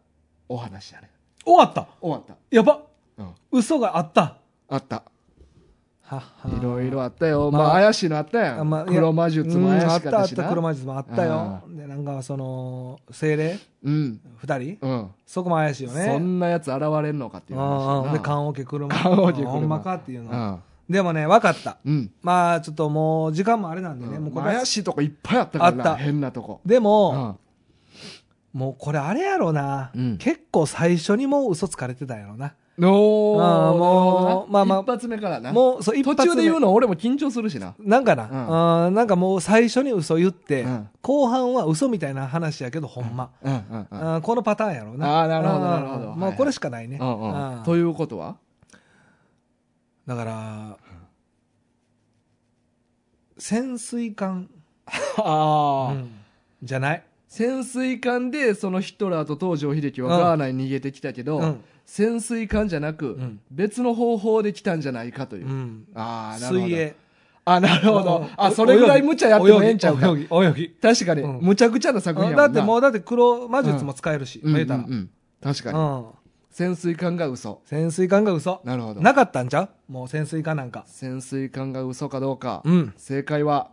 Speaker 1: お話だね、
Speaker 2: 終わった
Speaker 1: 終わった、
Speaker 2: やば
Speaker 1: うん、
Speaker 2: 嘘があった
Speaker 1: あった
Speaker 2: はっはい
Speaker 1: ろいろあったよまあ、
Speaker 2: まあ
Speaker 1: 怪しいのあったや
Speaker 2: あ
Speaker 1: ん、
Speaker 2: まあいや
Speaker 1: 黒魔術も怪し
Speaker 2: うん
Speaker 1: か
Speaker 2: あ
Speaker 1: っ
Speaker 2: ったあ
Speaker 1: た
Speaker 2: っ
Speaker 1: しな
Speaker 2: た黒魔術もあったよ
Speaker 1: あ
Speaker 2: でなんかその精霊
Speaker 1: うん
Speaker 2: 二人
Speaker 1: うん
Speaker 2: そこも怪しいよね
Speaker 1: そんなやつ現れんのかっていう
Speaker 2: うんうん
Speaker 1: 話
Speaker 2: で
Speaker 1: やな
Speaker 2: 棺桶車
Speaker 1: 棺桶車
Speaker 2: ほんまかっていうの
Speaker 1: うん
Speaker 2: でもね分かった
Speaker 1: うん
Speaker 2: まあちょっともう時間もあれなんでね
Speaker 1: うん
Speaker 2: もうこれ
Speaker 1: 怪しいとこいっぱいあったから
Speaker 2: あ
Speaker 1: な
Speaker 2: った
Speaker 1: 変なとこ
Speaker 2: で
Speaker 1: う
Speaker 2: も
Speaker 1: ん
Speaker 2: もうこれあれやろな
Speaker 1: うん
Speaker 2: 結構最初にもう嘘つかれてたんやろな
Speaker 1: の
Speaker 2: あーもうまあまあ
Speaker 1: 一発目からな
Speaker 2: もうそう一
Speaker 1: 途
Speaker 2: 発
Speaker 1: 中で言う
Speaker 2: の
Speaker 1: の俺も緊張するしな
Speaker 2: なんか
Speaker 1: う
Speaker 2: なうんなんかもう最初に嘘言って
Speaker 1: うん
Speaker 2: 後半は嘘みたいな話やけどほんま
Speaker 1: うんうんうん
Speaker 2: あーこのパターンやろうな。
Speaker 1: あーなるほど
Speaker 2: あー
Speaker 1: なるほどはい
Speaker 2: もうこれしかないね。
Speaker 1: うん
Speaker 2: あ
Speaker 1: うん
Speaker 2: ー
Speaker 1: ということは
Speaker 2: だから、潜水艦、
Speaker 1: あ
Speaker 2: うんじゃない。
Speaker 1: 潜水艦でそのヒトラーと東條英機は
Speaker 2: うん
Speaker 1: ガーナに逃げてきたけ
Speaker 2: う
Speaker 1: ど
Speaker 2: ん
Speaker 1: 潜水艦じゃなく
Speaker 2: うん
Speaker 1: 別の方法で来たんじゃないかといううんああなるほど
Speaker 2: 水泳。
Speaker 1: あなるほ
Speaker 2: う
Speaker 1: ど
Speaker 2: ん
Speaker 1: あそれぐらい無茶やってもええんちゃうか
Speaker 2: 泳ぎ、泳ぎ。
Speaker 1: 確かに
Speaker 2: うん
Speaker 1: むちゃくちゃな作
Speaker 2: 泳
Speaker 1: 品
Speaker 2: ぎ
Speaker 1: やも
Speaker 2: だっ
Speaker 1: ん
Speaker 2: て
Speaker 1: な
Speaker 2: もう、だって黒魔術も使えるし、
Speaker 1: うんう
Speaker 2: 言
Speaker 1: ん
Speaker 2: た
Speaker 1: う
Speaker 2: ら
Speaker 1: ん確かに
Speaker 2: うん
Speaker 1: 潜水艦が嘘
Speaker 2: 潜水艦が嘘。
Speaker 1: なるほど
Speaker 2: なかったんちゃうもう潜水艦なんか。
Speaker 1: 潜水艦が嘘かどうか、
Speaker 2: うん。
Speaker 1: 正解は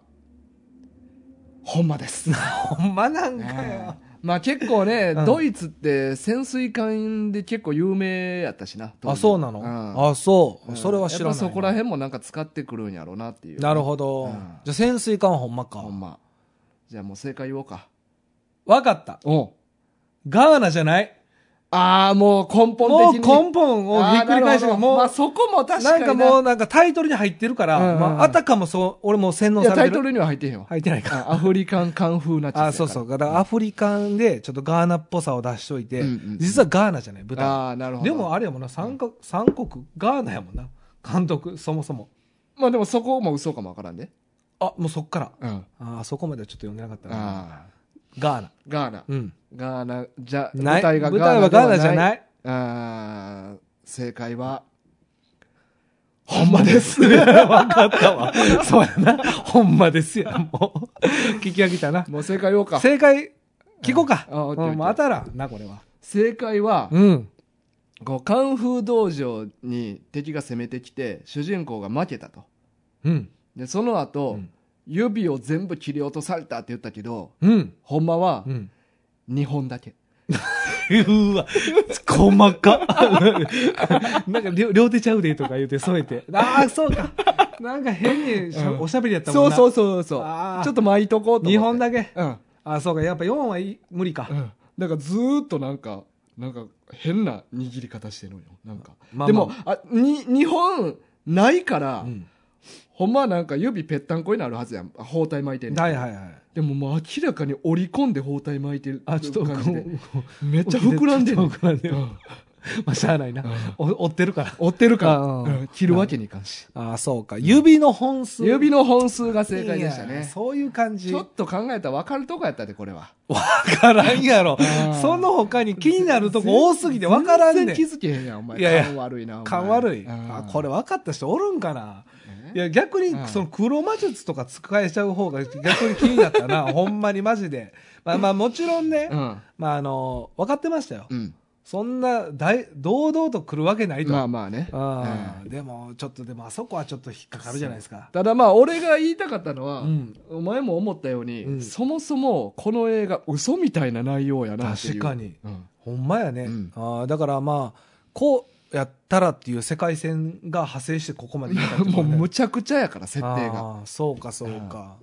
Speaker 1: ほんまです、
Speaker 2: ほんまなんか
Speaker 1: え
Speaker 2: よ。
Speaker 1: えまあ結構ね、
Speaker 2: うん
Speaker 1: ドイツって潜水艦で結構有名やったしな
Speaker 2: あ、そうな
Speaker 1: あ
Speaker 2: のあ、そう。それは知らないな。
Speaker 1: そこら辺もなんか使ってくるんやろうなっていう
Speaker 2: なるほど。
Speaker 1: うん
Speaker 2: じゃあ潜水艦はほんまか。
Speaker 1: ほんまじゃあもう正解言おうか
Speaker 2: わかった。
Speaker 1: お
Speaker 2: ガーナじゃない。
Speaker 1: ああもう根
Speaker 2: も
Speaker 1: 本
Speaker 2: う
Speaker 1: 的
Speaker 2: 根
Speaker 1: に
Speaker 2: 本をひっくり返し
Speaker 1: あーなるほ
Speaker 2: が
Speaker 1: ど
Speaker 2: もう、
Speaker 1: まあ、そこも確か
Speaker 2: なん
Speaker 1: に
Speaker 2: かもうなんかタイトルに入ってるから、
Speaker 1: うんうんうん
Speaker 2: まあ、あたかもそう、俺もう洗脳
Speaker 1: いや
Speaker 2: さ
Speaker 1: タ
Speaker 2: れて
Speaker 1: イ
Speaker 2: る。
Speaker 1: トルには入ってへんよ
Speaker 2: 入ってな
Speaker 1: [laughs]
Speaker 2: いか。
Speaker 1: あアフリカンカンフーナチスやから
Speaker 2: あ、そうそう。だからアフリカンでちょっとガーナっぽさを出しといて、
Speaker 1: うんうんうん
Speaker 2: 実はガーナじゃない、舞台。
Speaker 1: ああなるほど
Speaker 2: でもあれやもんな、三国、三国、ガーナやもんな。監督、そもそも。
Speaker 1: まあでもそこも嘘かもわからんで、
Speaker 2: あ、もうそっから。
Speaker 1: うん、
Speaker 2: あーそこまではちょっと読んでなかったな。
Speaker 1: ああ
Speaker 2: ガーナ。
Speaker 1: ガーナ
Speaker 2: うん。
Speaker 1: ガーナじゃ
Speaker 2: な
Speaker 1: 舞
Speaker 2: い。
Speaker 1: 台が
Speaker 2: 舞台はガーナじゃ
Speaker 1: い
Speaker 2: ない。
Speaker 1: ああ正解はほんまです
Speaker 2: [laughs] わかったわ。そうやな。ほんまですや、もう。聞き飽きたな。
Speaker 1: もう正解言おうか
Speaker 2: 正解、聞こうか。
Speaker 1: あオッケーオッケー
Speaker 2: うん、またらんな、これは。
Speaker 1: 正解は、
Speaker 2: うん。
Speaker 1: こうカンフー道場に敵が攻めてきて主人公が負けたと
Speaker 2: うん。
Speaker 1: でその後、
Speaker 2: うん
Speaker 1: 指を全部切り落とされたって言ったけど
Speaker 2: うん。
Speaker 1: ほんまは
Speaker 2: うん。
Speaker 1: 2本だけ、
Speaker 2: うわ、細か。 [laughs] なんか両、両手ちゃうでとか言うて添えて。ああ、そうか。なんか変にしゃ
Speaker 1: うん
Speaker 2: おしゃべりやった
Speaker 1: そ
Speaker 2: もん
Speaker 1: う
Speaker 2: な。
Speaker 1: そう
Speaker 2: う
Speaker 1: そうそう
Speaker 2: あー
Speaker 1: ちょっと巻いとこうと思って
Speaker 2: 日本だけ。
Speaker 1: うん
Speaker 2: ああ、そうか。やっぱ4はいい無理か。
Speaker 1: なんかずーっとなんか、なんか変な握り方してるのよ。なんか。
Speaker 2: まあ
Speaker 1: でも、あ、に、日本ないから、
Speaker 2: うん
Speaker 1: ほんまはなんか指ぺったんこになるはずやん。あ包帯巻いてんねん
Speaker 2: はいはいはい。
Speaker 1: でももう明らかに折り込んで包帯巻いてる
Speaker 2: あ、ちょっと、
Speaker 1: 感じで。
Speaker 2: こう
Speaker 1: めっちゃ膨らんでる、 [laughs]
Speaker 2: ちょっと膨らんでる
Speaker 1: う
Speaker 2: まあ、しゃあないな。お追ってるから。
Speaker 1: 折ってるから、
Speaker 2: あー
Speaker 1: うん切るわけにいかんし。
Speaker 2: ああ、そうか。指の本数。
Speaker 1: 指の本数が正解でした
Speaker 2: いや
Speaker 1: ね。
Speaker 2: そういう感じ。
Speaker 1: ちょっと考えたら分かるとこやったで、これは。
Speaker 2: わからんやろ
Speaker 1: あー。
Speaker 2: その他に気になるとこ多すぎてわからん
Speaker 1: 全
Speaker 2: ね
Speaker 1: 然
Speaker 2: ん。
Speaker 1: 気づけへんやん、お前。
Speaker 2: いやいや
Speaker 1: 勘悪いな、お前
Speaker 2: 勘悪い。
Speaker 1: うん
Speaker 2: あ、これ分かった人おるんかな
Speaker 1: え
Speaker 2: いや、逆に
Speaker 1: うん、
Speaker 2: その黒魔術とか使えちゃう方が逆に気になった [laughs] な。ほんまにマジで。まあまあもちろんね
Speaker 1: う、ん。
Speaker 2: まああの、分かってましたよ
Speaker 1: う。ん。
Speaker 2: そんな大堂々と来るわけないと、
Speaker 1: まあまあね。
Speaker 2: あーでもちょっとでもあそこはちょっと引っかかるじゃないですか
Speaker 1: ただまあ俺が言いたかったのは、
Speaker 2: うん
Speaker 1: お前も思ったように、
Speaker 2: うん
Speaker 1: そもそもこの映画嘘みたいな内容やなっていう
Speaker 2: 確かに
Speaker 1: うん
Speaker 2: ほんまやね、
Speaker 1: うん
Speaker 2: あーだからまあこうやったらっていう世界線が派生してここまで来たってこ
Speaker 1: [laughs] も
Speaker 2: と
Speaker 1: う
Speaker 2: ね
Speaker 1: むちゃくちゃやから設定が
Speaker 2: あーそうかそうか、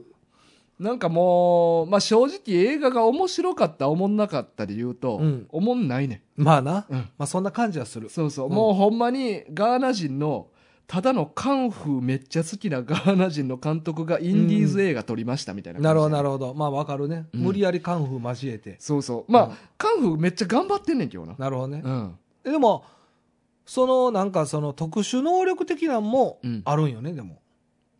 Speaker 1: なんかもう、まあ、正直映画が面白かったおもんなかったで言うと、
Speaker 2: うん
Speaker 1: おもんないね
Speaker 2: まあな、
Speaker 1: うん
Speaker 2: まあそんな感じはする
Speaker 1: そうそう、
Speaker 2: うん
Speaker 1: もうほんまにガーナ人のただのカンフーめっちゃ好きなガーナ人の監督がインディーズ映画撮りましたみたいな感じで、
Speaker 2: なるほどなるほどまあわかるね、
Speaker 1: うん
Speaker 2: 無理やりカンフー交えて
Speaker 1: そうそうまあ、
Speaker 2: うん
Speaker 1: カンフーめっちゃ頑張ってんねんけどな
Speaker 2: なるほどね、
Speaker 1: うん
Speaker 2: えでもそのなんかその特殊能力的なんも
Speaker 1: うん
Speaker 2: あるんよね、でも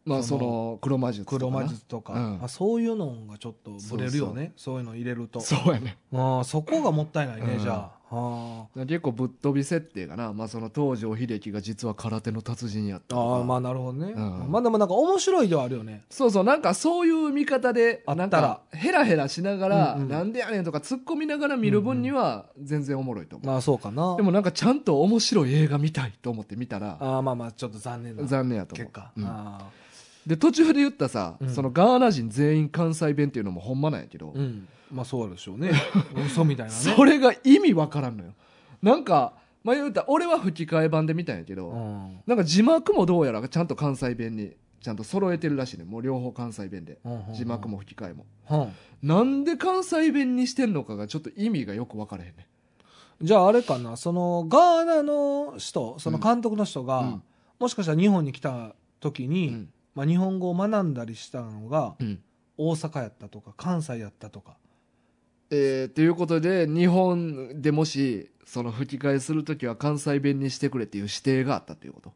Speaker 1: まあそ
Speaker 2: その
Speaker 1: の黒魔術とかな
Speaker 2: 黒魔術とか、
Speaker 1: うん
Speaker 2: あそういうのがちょっとブレるよねそういうの入れるとそ
Speaker 1: そうやね
Speaker 2: あそこがもったいないね、
Speaker 1: うん
Speaker 2: じゃああ
Speaker 1: 結構ぶっ飛び設定かな、まあ、その東条英機が実は空手の達人やった
Speaker 2: あ
Speaker 1: とか
Speaker 2: ーまあなるほどね、
Speaker 1: うん
Speaker 2: まあでもなんか面白いではあるよね
Speaker 1: そうそうなんかそういう見方で
Speaker 2: あっ
Speaker 1: な
Speaker 2: たら
Speaker 1: んかヘラヘラしながら、
Speaker 2: うんうん
Speaker 1: なんでやねんとか突っ込みながら見る分には全然おもろいと思う、
Speaker 2: まあそうかな
Speaker 1: でもなんかちゃんと面白い映画見たいと思って見たら
Speaker 2: あーまあまあちょっと残念な
Speaker 1: 残念やと思う
Speaker 2: 結果、
Speaker 1: うん
Speaker 2: あ
Speaker 1: で途中で言ったさ、
Speaker 2: うん
Speaker 1: そのガーナ人全員関西弁っていうのもほんまなんやけど、
Speaker 2: ーうんまあそうでしょう
Speaker 1: [laughs]
Speaker 2: ね嘘みたいなね
Speaker 1: それが意味わからんのよなんか前言った俺は吹き替え版で見たんやけど、
Speaker 2: うん
Speaker 1: なんか字幕もどうやらちゃんと関西弁にちゃんと揃えてるらしいねもう両方関西弁で字幕も吹き替えも
Speaker 2: うん
Speaker 1: なんで関西弁にしてんのかがちょっと意味がよく分からへんね
Speaker 2: じゃああれかなそのガーナの人その監督の人が、
Speaker 1: うん
Speaker 2: もしかしたら日本に来た時に、
Speaker 1: うん
Speaker 2: まあ、日本語を学んだりしたのが
Speaker 1: うん
Speaker 2: 大阪やったとか関西やったとか
Speaker 1: えー、ということで日本でもしその吹き替えする時は関西弁にしてくれっていう指定があったということ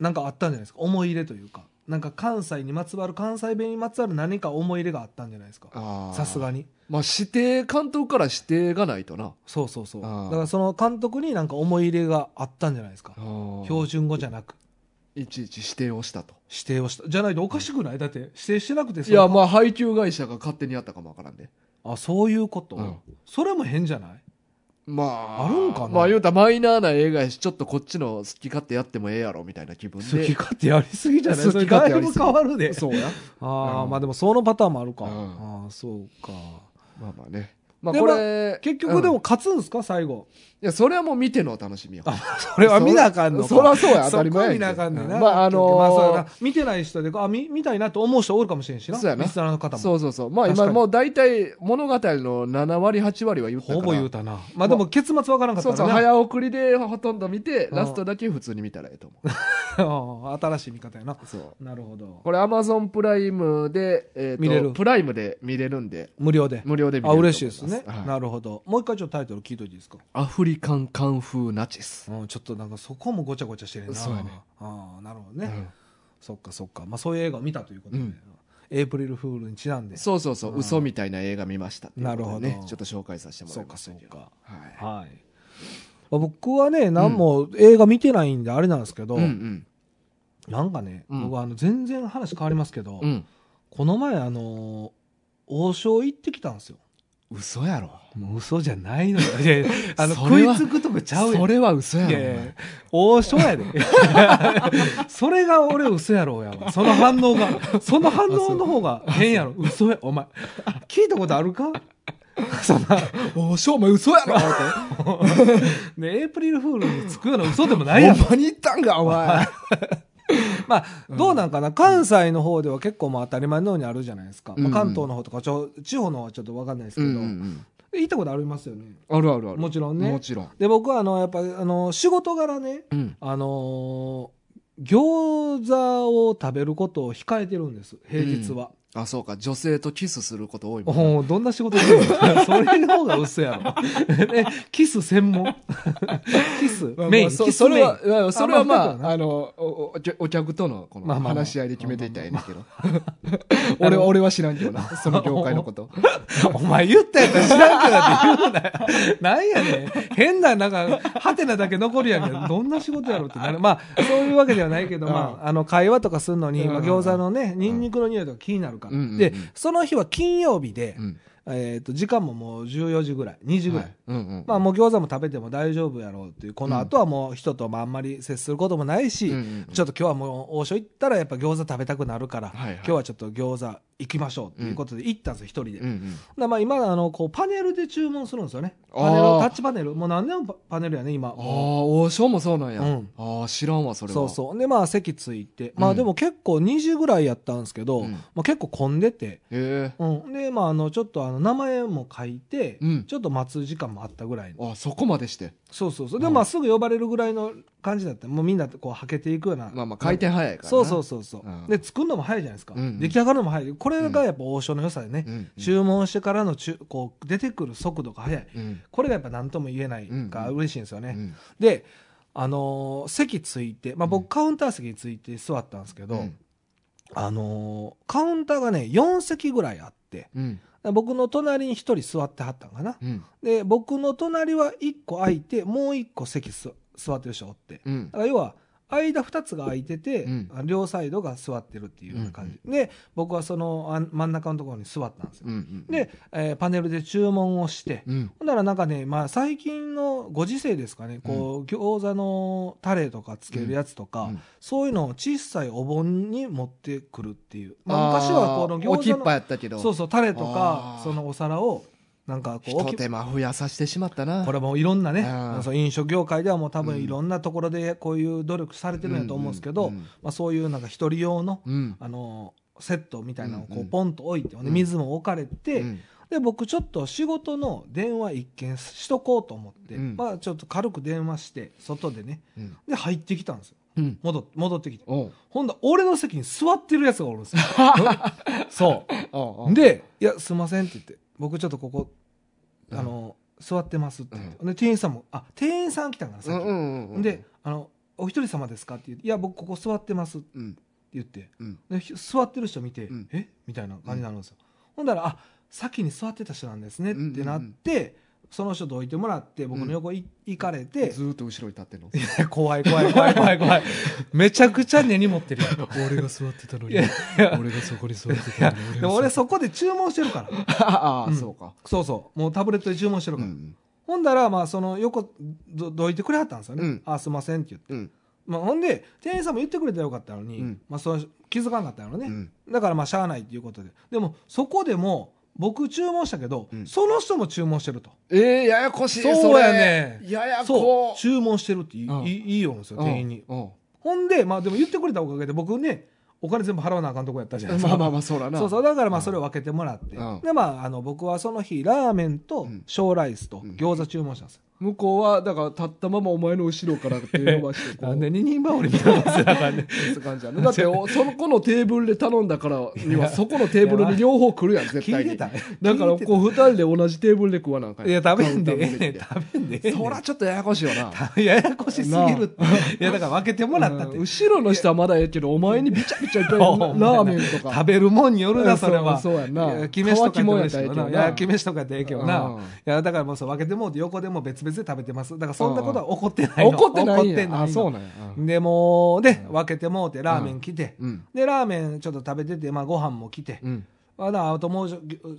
Speaker 2: なんかあったんじゃないですか思い入れというかなんか関西にまつわる関西弁にまつわる何か思い入れがあったんじゃないですかさすがに
Speaker 1: まあ指定監督から指定がないとな
Speaker 2: そうそうそうだ
Speaker 1: あー
Speaker 2: からその監督になんか思い入れがあったんじゃないですか標
Speaker 1: 標
Speaker 2: 準語じゃなく
Speaker 1: いちいち指定をしたと
Speaker 2: 指定をしたじゃないとおかしくないだって指定してなくてそ
Speaker 1: い
Speaker 2: れ
Speaker 1: やまあ配給会社が勝手にやったかもわからんで
Speaker 2: あそういうこと、
Speaker 1: うん
Speaker 2: それも変じゃない
Speaker 1: まあ、
Speaker 2: あるんかな
Speaker 1: まあ言うたらマイナーな映画やし、ちょっとこっちの好き勝手やってもええやろみたいな気分で。
Speaker 2: 好き勝手やりすぎじゃない
Speaker 1: 好
Speaker 2: そ
Speaker 1: き
Speaker 2: れ
Speaker 1: 勝
Speaker 2: だ
Speaker 1: 手や
Speaker 2: い
Speaker 1: り
Speaker 2: ぶ
Speaker 1: すぎ
Speaker 2: 変わるで
Speaker 1: そうや。
Speaker 2: あ
Speaker 1: う
Speaker 2: あ
Speaker 1: ん
Speaker 2: まあでもそのパターンもあるか、
Speaker 1: うん
Speaker 2: ああそうか
Speaker 1: まあまあね。まあ
Speaker 2: で
Speaker 1: これ、
Speaker 2: 結局で
Speaker 1: うん
Speaker 2: も
Speaker 1: い
Speaker 2: 勝つんですか
Speaker 1: [laughs]
Speaker 2: 最後
Speaker 1: や、それはもう見てのお楽しみよ。
Speaker 2: それは見なあかんのか
Speaker 1: そらそうや、当たり前
Speaker 2: [laughs] そ
Speaker 1: やけ
Speaker 2: こ見
Speaker 1: ど
Speaker 2: なあかんねんな、
Speaker 1: うんまああのー
Speaker 2: まあそうやな見てない人であ見見たいなと思う人おるかもしれんしな
Speaker 1: そうやな
Speaker 2: リスナーの方も
Speaker 1: そうそうそう。まあ
Speaker 2: 確か
Speaker 1: 今
Speaker 2: に
Speaker 1: もう大体物語の7割、8割は言ったから。
Speaker 2: ほぼ言うたなまあでも結末わからんかった
Speaker 1: そ
Speaker 2: ら
Speaker 1: うそ
Speaker 2: な
Speaker 1: う、
Speaker 2: [laughs]
Speaker 1: 早送りでほとんど見て、
Speaker 2: うん
Speaker 1: ラストだけ普通に見たらええと思
Speaker 2: 新しい見方やな [laughs]
Speaker 1: う。そう。
Speaker 2: なるほど
Speaker 1: これ Amazon プライムで、えーと
Speaker 2: 見れる
Speaker 1: プライムで見れるんで、
Speaker 2: 無料で
Speaker 1: 無料で見れると
Speaker 2: あ
Speaker 1: 思
Speaker 2: 嬉しいですね、
Speaker 1: はい
Speaker 2: なるほどもう一回ちょっとタイトル聞いといていいですか
Speaker 1: アフリカンカンフーナチス。
Speaker 2: うん、ちょっとなんかそこもごちゃごちゃしてるな
Speaker 1: そうやね
Speaker 2: ああなるほどね、
Speaker 1: うん
Speaker 2: そっかそっか、まあ、そういう映画を見たということで、
Speaker 1: うん
Speaker 2: エイプリルフールにちなんで
Speaker 1: そうそうそう、
Speaker 2: うん
Speaker 1: 嘘みたいな映画見ましたっていうことでね
Speaker 2: なるほど
Speaker 1: ちょっと紹介させてもらいました
Speaker 2: そう
Speaker 1: け
Speaker 2: か
Speaker 1: ど
Speaker 2: そう
Speaker 1: はい
Speaker 2: はい、まあ僕はね何も映画見てないんであれなんですけど、
Speaker 1: うんうん
Speaker 2: なんかね、
Speaker 1: うん
Speaker 2: 僕はあの全然話変わりますけど、
Speaker 1: うん
Speaker 2: この前あのー王将行ってきたんですよ
Speaker 1: 嘘やろ
Speaker 2: もう嘘じゃな
Speaker 1: [laughs]
Speaker 2: いのよいやいやあの
Speaker 1: それ
Speaker 2: 食い
Speaker 1: は
Speaker 2: つくとこちゃうよ
Speaker 1: それは嘘や
Speaker 2: い
Speaker 1: ろ
Speaker 2: やいや王将やで。 [laughs] それが俺嘘やろうやわ。その反応が、その反応の方が変やろ。嘘や、お前。聞いたことあ
Speaker 1: [laughs]
Speaker 2: るかそんな、
Speaker 1: お前おしょお前嘘やろって
Speaker 2: [laughs] ね、エイプリルフールにつくような嘘でもないやろ。
Speaker 1: ほんまに言ったんかお [laughs] 前
Speaker 2: まあ、どうなんかな。関西の方では結構まあ当たり前のようにあるじゃないですか。まあ
Speaker 1: うん
Speaker 2: 関東の方とか、ちょ地方の方はちょっとわかんないですけ
Speaker 1: うん
Speaker 2: ど、
Speaker 1: うんうん
Speaker 2: 行ったことありますよね。
Speaker 1: あるあるある
Speaker 2: もちろんね
Speaker 1: もちろん
Speaker 2: で、僕はあの、やっぱ、あの、仕事柄ね、
Speaker 1: うん
Speaker 2: あのー餃子を食べることを控えてるんです、平日は。
Speaker 1: あそうか女性とキスすること多いもん
Speaker 2: おおどんな仕事してる
Speaker 1: [laughs]
Speaker 2: のそれの方が嘘やろ。え、キス専門 [laughs] キス
Speaker 1: まあまあ
Speaker 2: メイン、
Speaker 1: そ
Speaker 2: キス
Speaker 1: そ
Speaker 2: メ
Speaker 1: れ
Speaker 2: イ
Speaker 1: は
Speaker 2: ン。
Speaker 1: うんそれはま
Speaker 2: あまあ
Speaker 1: ああのおおお客とのこ
Speaker 2: まあ
Speaker 1: の
Speaker 2: まあまあ
Speaker 1: 話し合いで決めていったらええねんけど [laughs] 俺は俺は知らんけど
Speaker 2: [laughs]
Speaker 1: なその業界のこと
Speaker 2: お前言ったやつ知らんからって言うなよ。なんやねん。変な、なんか、ハテナだけ残るやんけど、どんな仕事やろうってなる。まあ、そういうわけではないけど、
Speaker 1: うん
Speaker 2: まあ、あの、会話とかするのに、
Speaker 1: うん
Speaker 2: まあ餃子のね、ニンニクの匂いとか気になるから。
Speaker 1: うんうんうん
Speaker 2: で、その日は金曜日で、
Speaker 1: うん
Speaker 2: えっ、と、時間ももう14時ぐらい、2時ぐらい。
Speaker 1: はいうんうん
Speaker 2: まあもう餃子も食べても大丈夫やろうっていう、この後はもう人ともあんまり接することもないし、
Speaker 1: うんうんうん
Speaker 2: ちょっと今日はもう王将行ったらやっぱ餃子食べたくなるから、
Speaker 1: はいはい
Speaker 2: 今日はちょっと餃子行きましょうっていうことで行ったんですよ、一人で。
Speaker 1: うんうん
Speaker 2: だまあ今あのこうパネルで注文するんですよね。
Speaker 1: あー
Speaker 2: パネルタッチパネルもう何年もパネルやね今
Speaker 1: あ。あ王将もそうなんや、
Speaker 2: うん
Speaker 1: ああ知らんわそれは
Speaker 2: そうそうでまあ席ついて、ま
Speaker 1: う
Speaker 2: あ
Speaker 1: ん
Speaker 2: でも結構2時ぐらいやったんですけど、
Speaker 1: うん
Speaker 2: まあ、結構混んでて、
Speaker 1: うへ
Speaker 2: うん、でまああのちょっとあの名前も書いて、
Speaker 1: うん
Speaker 2: ちょっと待つ時間もあったぐらいの
Speaker 1: えあそこまでして
Speaker 2: そうそうそう
Speaker 1: うん
Speaker 2: でまあすぐ呼ばれるぐらいの感じだったもうみんなこうはけていくような、
Speaker 1: まあまあ回転早いからな
Speaker 2: そうそうそうそう、
Speaker 1: うん
Speaker 2: で作るのも早いじゃないですか、
Speaker 1: うんうん
Speaker 2: 出来上がるのも早いこれがやっぱ王将の良さでね、
Speaker 1: うんうん
Speaker 2: 注文してからのちゅこう出てくる速度が早い
Speaker 1: うん
Speaker 2: これがやっぱ何とも言えないから嬉しいんですよね、
Speaker 1: うん
Speaker 2: で、あのー席ついて、まあ、
Speaker 1: うん
Speaker 2: 僕カウンター席について座ったんですけど、
Speaker 1: うん
Speaker 2: あのーカウンターがね4席ぐらいあって
Speaker 1: うん
Speaker 2: 僕の隣に1人座ってはったんかな
Speaker 1: うん
Speaker 2: で僕の隣は1個空いてもう1個席す座ってる人おって
Speaker 1: うん
Speaker 2: だから要は間2つが空いてて、
Speaker 1: うん
Speaker 2: あ両サイドが座ってるっていうような感じ、で僕はそのあん真ん中のところに座ったんですよ、
Speaker 1: うん
Speaker 2: で、えーパネルで注文をして、
Speaker 1: うん
Speaker 2: ほんならなんかね、まあ、最近のご時世ですかね、こう餃子のタレとかつけるやつとか、
Speaker 1: うん
Speaker 2: そういうのを小さいお盆に持ってくるっていう、まあ、
Speaker 1: あー
Speaker 2: 昔はこの
Speaker 1: 置き
Speaker 2: 餃
Speaker 1: っ
Speaker 2: 子
Speaker 1: ぱ
Speaker 2: の
Speaker 1: やったけど
Speaker 2: そうそうタレとか
Speaker 1: あー
Speaker 2: そのお皿をなんかこう
Speaker 1: 一
Speaker 2: 置き
Speaker 1: 手間増やさせてしまったな
Speaker 2: これもいろんなね
Speaker 1: あー
Speaker 2: そう飲食業界ではもう多
Speaker 1: う
Speaker 2: 分
Speaker 1: ん
Speaker 2: いろんなところでこういう努力されてるんやと思うんですけど、
Speaker 1: うん
Speaker 2: まあ、そういうなんか一人用の、
Speaker 1: うん
Speaker 2: あのセットみたいなのをこ
Speaker 1: うんう
Speaker 2: うんポンと置いて、ほんで
Speaker 1: うん
Speaker 2: 水も置かれて、
Speaker 1: うん
Speaker 2: で僕ちょっと仕事の電話一件しとこうと思って、
Speaker 1: うん
Speaker 2: まあちょっと軽く電話して外でね
Speaker 1: うん
Speaker 2: で入ってきたんですよ
Speaker 1: うん
Speaker 2: 戻っ戻ってきて
Speaker 1: おう
Speaker 2: ほんだら俺の席に座ってるやつがおるん
Speaker 1: [laughs]
Speaker 2: ですよそ
Speaker 1: おうおう
Speaker 2: うで「いやすいません」って言って「僕ちょっとここあの、座ってます」って言って、で店員さんも「あ店員さん来たんから
Speaker 1: う
Speaker 2: さっ
Speaker 1: ん
Speaker 2: き」
Speaker 1: うんうん
Speaker 2: であの「お一人様ですか?」って言って「いや僕ここ座ってます」って
Speaker 1: うん
Speaker 2: 言って
Speaker 1: うん
Speaker 2: でひ座ってる人見て「
Speaker 1: うん
Speaker 2: えみたいな感じになるんですよ、ほんだら「あ先に座ってた人なんですね」ってなって、その人どいてもらって僕の横い、行かれて
Speaker 1: ずーっと後ろに立ってんの
Speaker 2: いや怖い怖
Speaker 1: [laughs]
Speaker 2: い怖い怖い怖いめちゃくちゃ根に持ってるやん
Speaker 1: 俺が座ってたの
Speaker 2: いやいや
Speaker 1: 俺がそこに座って
Speaker 2: たのにでも俺そこで注文してるから
Speaker 1: ああ
Speaker 2: うん
Speaker 1: そうか
Speaker 2: そうそうもうタブレットで注文してる
Speaker 1: う
Speaker 2: から、
Speaker 1: ん
Speaker 2: ほんだらまあその横どどいてくれはったんですよね
Speaker 1: う
Speaker 2: 「
Speaker 1: ん
Speaker 2: あすいません」って言って、
Speaker 1: うん
Speaker 2: まあ、ほんで店員さんも言ってくれたらよかったのに、
Speaker 1: うん
Speaker 2: まあ、その気づかなかったのね、
Speaker 1: うん
Speaker 2: だからまあしゃあないっていうことででもそこでも僕注文したけど、
Speaker 1: うん
Speaker 2: その人も注文してると
Speaker 1: ええややこしい
Speaker 2: そうやね
Speaker 1: それやや
Speaker 2: そ
Speaker 1: こ
Speaker 2: う注文してるっていい,、
Speaker 1: うん
Speaker 2: いいいよるんですよ店員に
Speaker 1: うんうん
Speaker 2: ほんでまあでも言ってくれたおかげで僕ねお金全部払わなあかんとこやったじゃないですか
Speaker 1: まあまあまあそうだな
Speaker 2: そうそうだからまあそれを分けてもらって、
Speaker 1: うん
Speaker 2: でまああの僕はその日ラーメンと
Speaker 1: うん
Speaker 2: 小ライスと
Speaker 1: うん
Speaker 2: 餃子注文したんですよ、
Speaker 1: 向こうはだから立ったままお前の後ろからって伸ばしてこう
Speaker 2: 二人羽織みたいなやつだからね
Speaker 1: そういう感じやねだっておそのこのテーブルで頼んだからにはそこのテーブルに両方来るやん絶
Speaker 2: 聞
Speaker 1: 対
Speaker 2: いて
Speaker 1: に
Speaker 2: た
Speaker 1: だからこう二人で同じテーブルで食わなあかん
Speaker 2: [laughs] いや食
Speaker 1: [laughs]
Speaker 2: べんでええねん
Speaker 1: カ
Speaker 2: 食べんでえ
Speaker 1: ウン
Speaker 2: え [laughs]
Speaker 1: ター
Speaker 2: ねん
Speaker 1: そらちょっとややこしいよな
Speaker 2: ややこしすぎるっていやだから分けてもらったって
Speaker 1: うん後ろの人はまだええけどお前にびちゃびちゃいっぱいラ
Speaker 2: お前な
Speaker 1: ーメンとか
Speaker 2: 食べるもんによるなそれは
Speaker 1: そうそうやんない
Speaker 2: 決めしとか
Speaker 1: 乾きもんや
Speaker 2: や
Speaker 1: ったらええけどない
Speaker 2: や決めしとかやったらええけど
Speaker 1: うん
Speaker 2: ないやだからもうそう分けてもうて横でもう別々で食べてますだからそんなことは怒ってないの
Speaker 1: 怒ってないんや
Speaker 2: 怒ってないの
Speaker 1: あそうなんやうん
Speaker 2: でもうで分けてもうてラーメン来て
Speaker 1: うん
Speaker 2: でラーメンちょっと食べててまあご飯も来て
Speaker 1: うん
Speaker 2: まだあともうちょ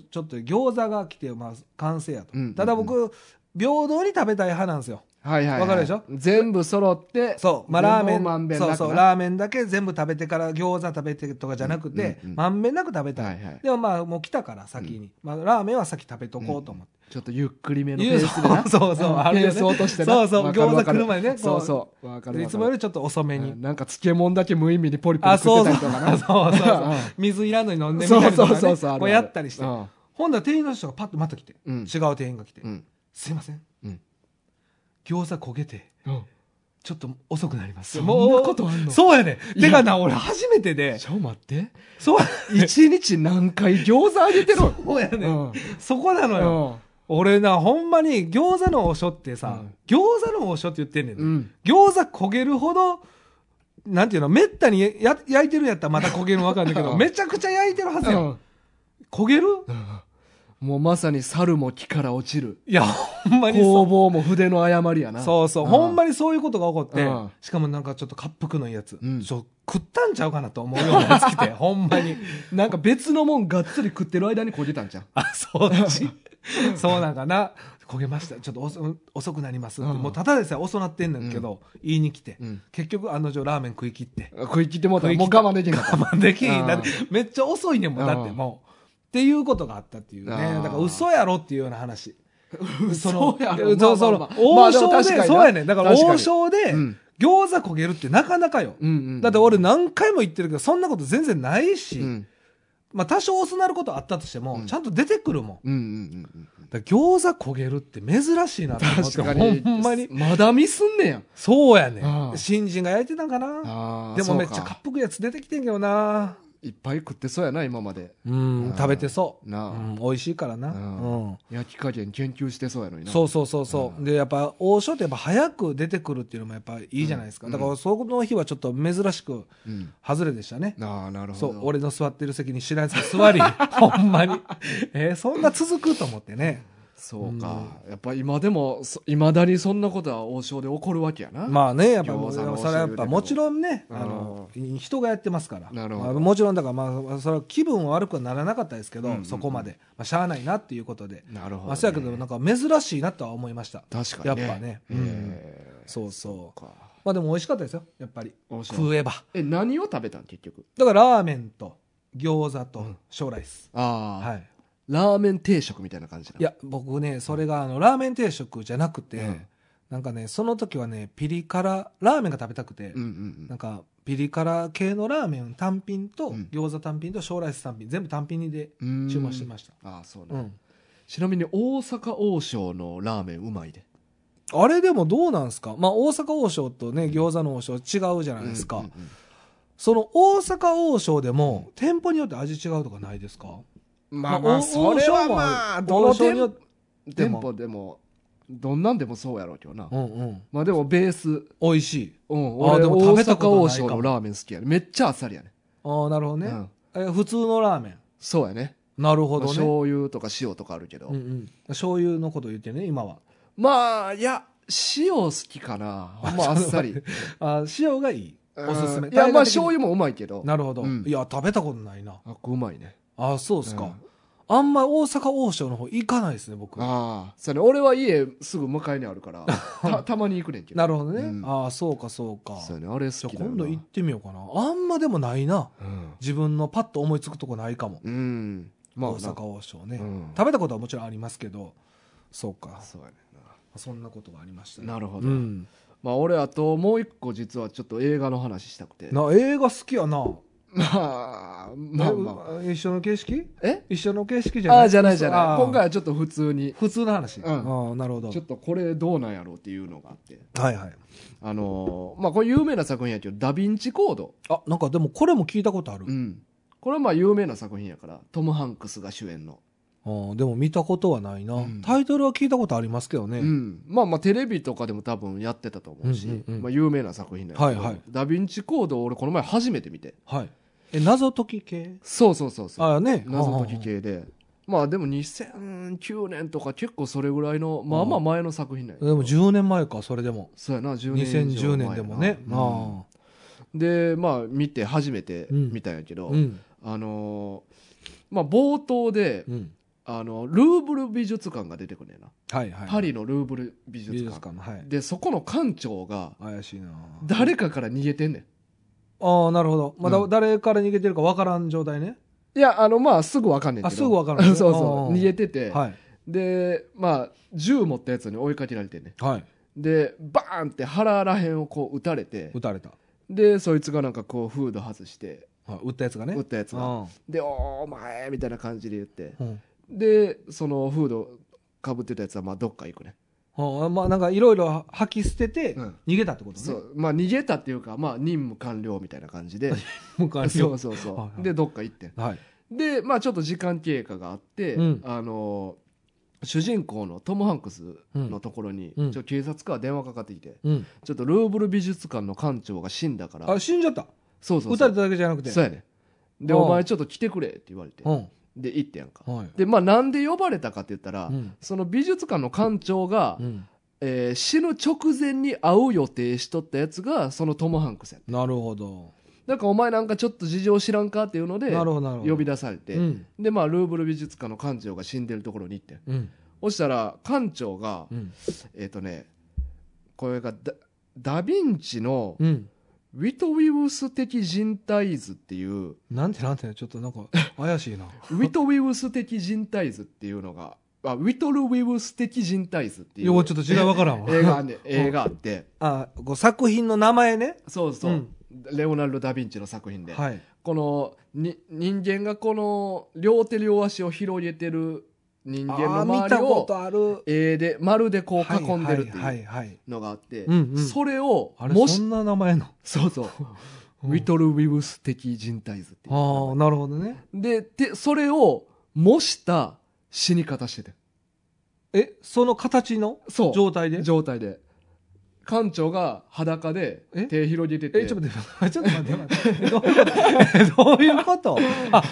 Speaker 2: ちょっと餃子が来てまあ完成やと
Speaker 1: うんうんうん
Speaker 2: ただ僕平等に食べたい派なんですよ
Speaker 1: はいはいはい
Speaker 2: わかるでしょ
Speaker 1: 全部揃って
Speaker 2: そう、まあ、ラーメ
Speaker 1: 全部まんべ
Speaker 2: ン、
Speaker 1: んなく
Speaker 2: そ
Speaker 1: な
Speaker 2: うそう、ラーメンだけ全部食べてから餃子食べてとかじゃなくて
Speaker 1: うんうんう、ん
Speaker 2: まんべんなく食べた
Speaker 1: はいいはい。
Speaker 2: でもまあ、もう来たから先に。まあ、ラーメンは先食べとこうと思って。
Speaker 1: ちょっとゆっくりめのペ
Speaker 2: 言う
Speaker 1: ースでな
Speaker 2: そうそう、ある
Speaker 1: ペ
Speaker 2: よ
Speaker 1: ー
Speaker 2: ね
Speaker 1: ス落としてな
Speaker 2: そうそう、
Speaker 1: わかる
Speaker 2: 餃
Speaker 1: わ
Speaker 2: 子
Speaker 1: か
Speaker 2: 来
Speaker 1: る
Speaker 2: る前にね、こ
Speaker 1: そうそうわかるわかる
Speaker 2: いつもよりちょっと遅め
Speaker 1: う
Speaker 2: に
Speaker 1: ん。なんか漬物だけ無意味にポリポリ
Speaker 2: あ、
Speaker 1: 食
Speaker 2: そ
Speaker 1: っ
Speaker 2: う
Speaker 1: てた
Speaker 2: そう、
Speaker 1: り
Speaker 2: そ
Speaker 1: と
Speaker 2: う
Speaker 1: かな
Speaker 2: そう
Speaker 1: うんうん
Speaker 2: 水いらんのに飲んでみたり
Speaker 1: そ
Speaker 2: と
Speaker 1: うそうそうそうあるある
Speaker 2: かね、こうやったりして
Speaker 1: うん。
Speaker 2: ほんだら店員の人がパッとまた来て、
Speaker 1: う
Speaker 2: 違
Speaker 1: ん
Speaker 2: う店員が来て
Speaker 1: う、ん
Speaker 2: すいません
Speaker 1: うん、
Speaker 2: 餃子焦げて、
Speaker 1: うん
Speaker 2: ちょっと遅くなります。
Speaker 1: そんなことあんの
Speaker 2: そうやね。
Speaker 1: いや
Speaker 2: てかな、俺初めてで、
Speaker 1: ちょ待って
Speaker 2: そう、
Speaker 1: 一日何回餃子あげてる
Speaker 2: そうやね、
Speaker 1: うん
Speaker 2: そこなのよ。俺な、ほんまに餃子の王将ってさ、
Speaker 1: うん
Speaker 2: 餃子の王将って言ってんねんね、
Speaker 1: うん
Speaker 2: 餃子焦げるほど、なんていうの、めったにや焼いてるんやったらまた焦げるのわかるんだけ
Speaker 1: [laughs] う
Speaker 2: ど、
Speaker 1: ん
Speaker 2: めちゃくちゃ焼いてるはず
Speaker 1: う
Speaker 2: やん。
Speaker 1: ん
Speaker 2: 焦げる
Speaker 1: もうまさに猿も木から落ちる
Speaker 2: いや、ほんまに
Speaker 1: 工
Speaker 2: そ
Speaker 1: 房も筆の誤りや
Speaker 2: う。
Speaker 1: な
Speaker 2: そうそう、
Speaker 1: ん
Speaker 2: ほんまにそういうことが起こって、
Speaker 1: うん
Speaker 2: しかもなんかちょっと滑腹のいいやつ、
Speaker 1: うん
Speaker 2: ちょ食ったんちゃうかなと思うようなやつ
Speaker 1: [laughs]
Speaker 2: 来て、ほんまに。
Speaker 1: なんか別のもんがっつり食ってる間に焦げたんじゃん
Speaker 2: あ、そっち。そうなんかな焦げましたちょっと遅遅くなりますって、もうただでさえ遅なってんねんけど、言いに来て、
Speaker 1: うん
Speaker 2: 結局案の定ラーメン食い切って
Speaker 1: 食い切ってもうたら
Speaker 2: 食
Speaker 1: も
Speaker 2: いう切っ
Speaker 1: [laughs]
Speaker 2: た
Speaker 1: 我慢できんかった
Speaker 2: 我慢できひ
Speaker 1: うん
Speaker 2: んだってめっちゃ遅いねんもんだってもうっていうことがあったっていうね
Speaker 1: あ
Speaker 2: だ
Speaker 1: ー
Speaker 2: から嘘やろっていうような話その
Speaker 1: 嘘やろ
Speaker 2: えそうそ
Speaker 1: ま
Speaker 2: の
Speaker 1: あまあまあ
Speaker 2: 王
Speaker 1: まあ
Speaker 2: 将
Speaker 1: でも確かに
Speaker 2: で
Speaker 1: な
Speaker 2: そうやねんだから
Speaker 1: 確かに
Speaker 2: 王将で
Speaker 1: うん
Speaker 2: 餃子焦げるってなかなかよ
Speaker 1: うんうん
Speaker 2: だって俺何回も言ってるけどそんなこと全然ないし、
Speaker 1: うん
Speaker 2: まあ、多少遅なることあったとしても、
Speaker 1: うん
Speaker 2: ちゃんと出てくるもん
Speaker 1: うんうんうんうん
Speaker 2: だから餃子焦げるって珍しいなと思って
Speaker 1: 確かに
Speaker 2: ほんまに
Speaker 1: まだミスんねや
Speaker 2: そうやね
Speaker 1: ああ
Speaker 2: ん新人が焼いてたんかな
Speaker 1: あー
Speaker 2: でもめっち
Speaker 1: そう
Speaker 2: ゃか
Speaker 1: か
Speaker 2: っぷくいやつ出てきてんけどない
Speaker 1: っぱい食ってそうやな今まで
Speaker 2: うん
Speaker 1: ああ
Speaker 2: 食べてそう
Speaker 1: なあ
Speaker 2: うん、美味しいからな、
Speaker 1: う
Speaker 2: うんん
Speaker 1: 焼き加減研究してそうやのにな
Speaker 2: そうそうそうそ
Speaker 1: ああ
Speaker 2: うでやっぱ王将ってやっぱ早く出てくるっていうのもやっぱいいじゃないですか、
Speaker 1: うん
Speaker 2: だからその日はちょっと珍しく
Speaker 1: うん
Speaker 2: 外れでしたね、
Speaker 1: ああなるほ
Speaker 2: そ
Speaker 1: ど
Speaker 2: う俺の座ってる席に白井さん
Speaker 1: [laughs]
Speaker 2: 座りほんまに、えーそんな続くと思ってね
Speaker 1: そうか、やっぱ今でもいまだにそんなことは王将で起こるわけやな、
Speaker 2: まあね、やっぱ、
Speaker 1: 餃子の
Speaker 2: それはやっぱ、もちろんね、
Speaker 1: うん
Speaker 2: あの、人がやってますから。
Speaker 1: なるほど
Speaker 2: まあもちろんだから、まあ、それは気分は悪くはならなかったですけど、
Speaker 1: うんうん
Speaker 2: そこまで。まあ、しゃあないなっていうことで。
Speaker 1: なるほど、ね
Speaker 2: まあ、そうやけど、なんか珍しいなとは思いました。
Speaker 1: 確かに、ね、
Speaker 2: やっぱねうん
Speaker 1: えー
Speaker 2: そうそう。
Speaker 1: か
Speaker 2: まあ、でも美味しかったですよ、やっぱり。
Speaker 1: 王将
Speaker 2: 食えば。
Speaker 1: え何を食べたん結局
Speaker 2: だから、ラーメンと、餃子と、将来です。
Speaker 1: ああ、
Speaker 2: はい。
Speaker 1: ラーメン定食みたいな感じない
Speaker 2: や、僕ね、それが、あの、ラーメン定食じゃなくて、
Speaker 1: うん
Speaker 2: なんかね、その時はね、ピリ辛、ラーメンが食べたくて、
Speaker 1: うんうんう
Speaker 2: なんんかピリ辛系のラーメン単品と
Speaker 1: うん
Speaker 2: 餃子単品と小ライス単品全部単品で
Speaker 1: うーん
Speaker 2: 注文してました、
Speaker 1: ああそう
Speaker 2: う
Speaker 1: なん、
Speaker 2: ん、
Speaker 1: ちなみに大阪王将のラーメンうまいで
Speaker 2: あれでもどうなんですか、まあ、大阪王将とね餃子の王将違うじゃないですか、
Speaker 1: うんうんうん
Speaker 2: その大阪王将でも店舗によって味違うとかないですか
Speaker 1: まあ
Speaker 2: まあ
Speaker 1: まあ
Speaker 2: 王
Speaker 1: それはまあどの
Speaker 2: 王将
Speaker 1: 店
Speaker 2: によって
Speaker 1: 店舗でもどんなんでもそうやろうけどな、
Speaker 2: うんうん
Speaker 1: まあでもベース
Speaker 2: 美味しい
Speaker 1: うん、
Speaker 2: あー
Speaker 1: 俺
Speaker 2: でも
Speaker 1: 大
Speaker 2: 食べた
Speaker 1: 阪
Speaker 2: ことないかも
Speaker 1: 王将のラーメン好きやねめっちゃあっさりやね
Speaker 2: ああなるほどね、
Speaker 1: うん
Speaker 2: え普通のラーメン
Speaker 1: そうやね
Speaker 2: なるほ
Speaker 1: まあ
Speaker 2: どね、
Speaker 1: 醤油とか塩とかあるけど、
Speaker 2: うんうん、醤油のこと言ってね今は
Speaker 1: まあいや塩好きかなほんまあっさり
Speaker 2: あー塩がいい [laughs] おすすめ
Speaker 1: うんいや
Speaker 2: 大概的に
Speaker 1: まあ醤油もうまいけど
Speaker 2: なるほど、
Speaker 1: うん
Speaker 2: いや食べたことないな
Speaker 1: あこうまいね
Speaker 2: あそうですか、
Speaker 1: うん
Speaker 2: あんま大阪王将の方行かないですね僕
Speaker 1: ああそうね俺は家すぐ向かいにあるから
Speaker 2: [laughs]
Speaker 1: たたまに行くねんけど
Speaker 2: なるほどね、
Speaker 1: うん
Speaker 2: ああそうかそうか
Speaker 1: そうねあれ
Speaker 2: じ
Speaker 1: 好
Speaker 2: ゃ
Speaker 1: き
Speaker 2: あ
Speaker 1: だよ
Speaker 2: 今
Speaker 1: な
Speaker 2: 度行ってみようかなあんまでもないな
Speaker 1: うん、
Speaker 2: 自分のパッと思いつくとこないかも、
Speaker 1: うん、まあな
Speaker 2: 大阪王将ね、
Speaker 1: うん
Speaker 2: 食べたことはもちろんありますけどそうか
Speaker 1: そうやねん
Speaker 2: そんなことがありましたね
Speaker 1: ななるほ
Speaker 2: う
Speaker 1: ど、
Speaker 2: ん、
Speaker 1: まあ俺あともう一個実はちょっと映画の話したくて
Speaker 2: な映画好きやな、
Speaker 1: まあまあまあ
Speaker 2: え一緒の形式
Speaker 1: え
Speaker 2: 一緒の形式じゃない
Speaker 1: ああじゃないじゃ
Speaker 2: あ
Speaker 1: ない
Speaker 2: あ
Speaker 1: 今回はちょっと普通に
Speaker 2: 普通の話、
Speaker 1: うん
Speaker 2: ああなるほど
Speaker 1: ちょっとこれどうなんやろうっていうのがあって
Speaker 2: はいはい
Speaker 1: あのーまあこれ有名な作品やけど「ダ・ヴィンチ・コード
Speaker 2: あなんかでもこれも聞いたことあ」る、
Speaker 1: うんこれはまあ有名な作品やからトム・ハンクスが主演の、
Speaker 2: ああでも見たことはないな、
Speaker 1: うん
Speaker 2: タイトルは聞いたことありますけどね、
Speaker 1: うん、まあまあテレビとかでも多分やってたと思うし、
Speaker 2: うんうんうん
Speaker 1: まあ、有名な作品だけど、
Speaker 2: はいはい
Speaker 1: ダ・ヴィンチ・コードを俺この前初めて見て
Speaker 2: はい。え、謎解き系
Speaker 1: そうそうそうそう
Speaker 2: ああね。
Speaker 1: 謎解き系でまあでも2009年とか結構それぐらいのまあまあ前の作品なんやけ
Speaker 2: で
Speaker 1: ど
Speaker 2: も10年前か、それでも。
Speaker 1: そうやな10年以上
Speaker 2: 2010
Speaker 1: 前やな
Speaker 2: 年でもね。
Speaker 1: うん
Speaker 2: あ
Speaker 1: でまあ見て初めて見たんやけ
Speaker 2: あ
Speaker 1: ど、
Speaker 2: うん。
Speaker 1: あのーまあ冒頭で、
Speaker 2: うん。
Speaker 1: あのルーブル美術館が出てくんねんな、
Speaker 2: はいはい。
Speaker 1: パリのルーブル美術
Speaker 2: 美術
Speaker 1: 館
Speaker 2: 館の。はい。
Speaker 1: でそこの館長が
Speaker 2: 怪しいな
Speaker 1: 誰かから逃げてんね
Speaker 2: ああ、なるほど。ま
Speaker 1: う
Speaker 2: だ
Speaker 1: ん
Speaker 2: 誰から逃げてるかわからん状態ね。
Speaker 1: んいやあのまあすぐわかんねんけど
Speaker 2: あすぐわか
Speaker 1: [laughs]
Speaker 2: るんね
Speaker 1: そうそう
Speaker 2: あー
Speaker 1: 逃げてて、
Speaker 2: はい。
Speaker 1: でまあ銃持ったやつに追いかけられてんねん
Speaker 2: はい。
Speaker 1: でバーンって腹らへんをこう撃たれて
Speaker 2: 撃たれた。
Speaker 1: でそいつがなんかこうフード外して
Speaker 2: はい撃ったやつがね。
Speaker 1: 撃ったやつが
Speaker 2: あ
Speaker 1: で「おーお前」みたいな感じで言って
Speaker 2: あうん。
Speaker 1: でそのフードかぶってたやつはまあどっか行くね
Speaker 2: ああまあなんかいろいろ吐き捨てて
Speaker 1: うん
Speaker 2: 逃げたってことね。
Speaker 1: そうまあ逃げたっていうかまあ任務完了みたいな感
Speaker 2: [laughs]
Speaker 1: じで
Speaker 2: もう一回
Speaker 1: そうそうそう、
Speaker 2: はいはい
Speaker 1: でどっか行ってん
Speaker 2: はい。
Speaker 1: でまあちょっと時間経過があって、
Speaker 2: うん
Speaker 1: あの主人公のトム・ハンクスのところに、
Speaker 2: うん
Speaker 1: ちょ警察から電話かかってきて、
Speaker 2: うん。
Speaker 1: ちょっとルーブル美術館の館長が死んだから
Speaker 2: あ、死んじゃった。
Speaker 1: そうそうそ
Speaker 2: 撃た
Speaker 1: う
Speaker 2: れただけじゃなくて。
Speaker 1: そうやねんで
Speaker 2: うん
Speaker 1: お前ちょっと来てくれって言われて
Speaker 2: うん。
Speaker 1: で行ってやんか
Speaker 2: はい。
Speaker 1: でまあなんで呼ばれたかって言ったら、
Speaker 2: うん
Speaker 1: その美術館の館長が、
Speaker 2: うん。
Speaker 1: えー死ぬ直前に会う予定しとったやつがそのトム・ハンクスや
Speaker 2: なるほど。
Speaker 1: なんかお前なんかちょっと事情知らんかっていうので
Speaker 2: なるほどなるほど
Speaker 1: 呼び出されて、
Speaker 2: うん
Speaker 1: でまあルーブル美術館の館長が死んでるところに行って
Speaker 2: うん
Speaker 1: そしたら館長が、
Speaker 2: うん
Speaker 1: えっ、とねこれがダダ・ヴィンチの
Speaker 2: うん
Speaker 1: ウィト・ウィブス的人体図っていう
Speaker 2: なんてなんてちょっとなんか怪しいな
Speaker 1: ウィト・ウィブス的人体図っていうのがあウィトル・ウィブス的人体図って
Speaker 2: い
Speaker 1: い
Speaker 2: や
Speaker 1: う
Speaker 2: ちょっと違い分からんわ
Speaker 1: 映画あんねん映画あって
Speaker 2: [laughs] あこう作品の名前ね
Speaker 1: そうそう、
Speaker 2: うん
Speaker 1: レオナルド・ダ・ヴィンチの作品で、
Speaker 2: はい
Speaker 1: このに人間がこの両手両足を広げてる人間の
Speaker 2: あー見
Speaker 1: 周
Speaker 2: た
Speaker 1: り
Speaker 2: こ
Speaker 1: を
Speaker 2: とある
Speaker 1: 絵で丸でこう囲んでるって
Speaker 2: はいいうはいはい
Speaker 1: のがあって
Speaker 2: うんうん
Speaker 1: それを
Speaker 2: あれ
Speaker 1: も
Speaker 2: そ
Speaker 1: し
Speaker 2: んな名前の
Speaker 1: そうそう
Speaker 2: うん
Speaker 1: ウィトル・ウィブス的人体図っていう
Speaker 2: ああなるほどね
Speaker 1: でてそれを模した死に方してて
Speaker 2: えその形の
Speaker 1: そう
Speaker 2: 状態で
Speaker 1: 状態で館長が裸で
Speaker 2: え
Speaker 1: 手広げてて
Speaker 2: えちょっと待って [laughs] ちょっと待って待ってどういうことどう [laughs] いうことあ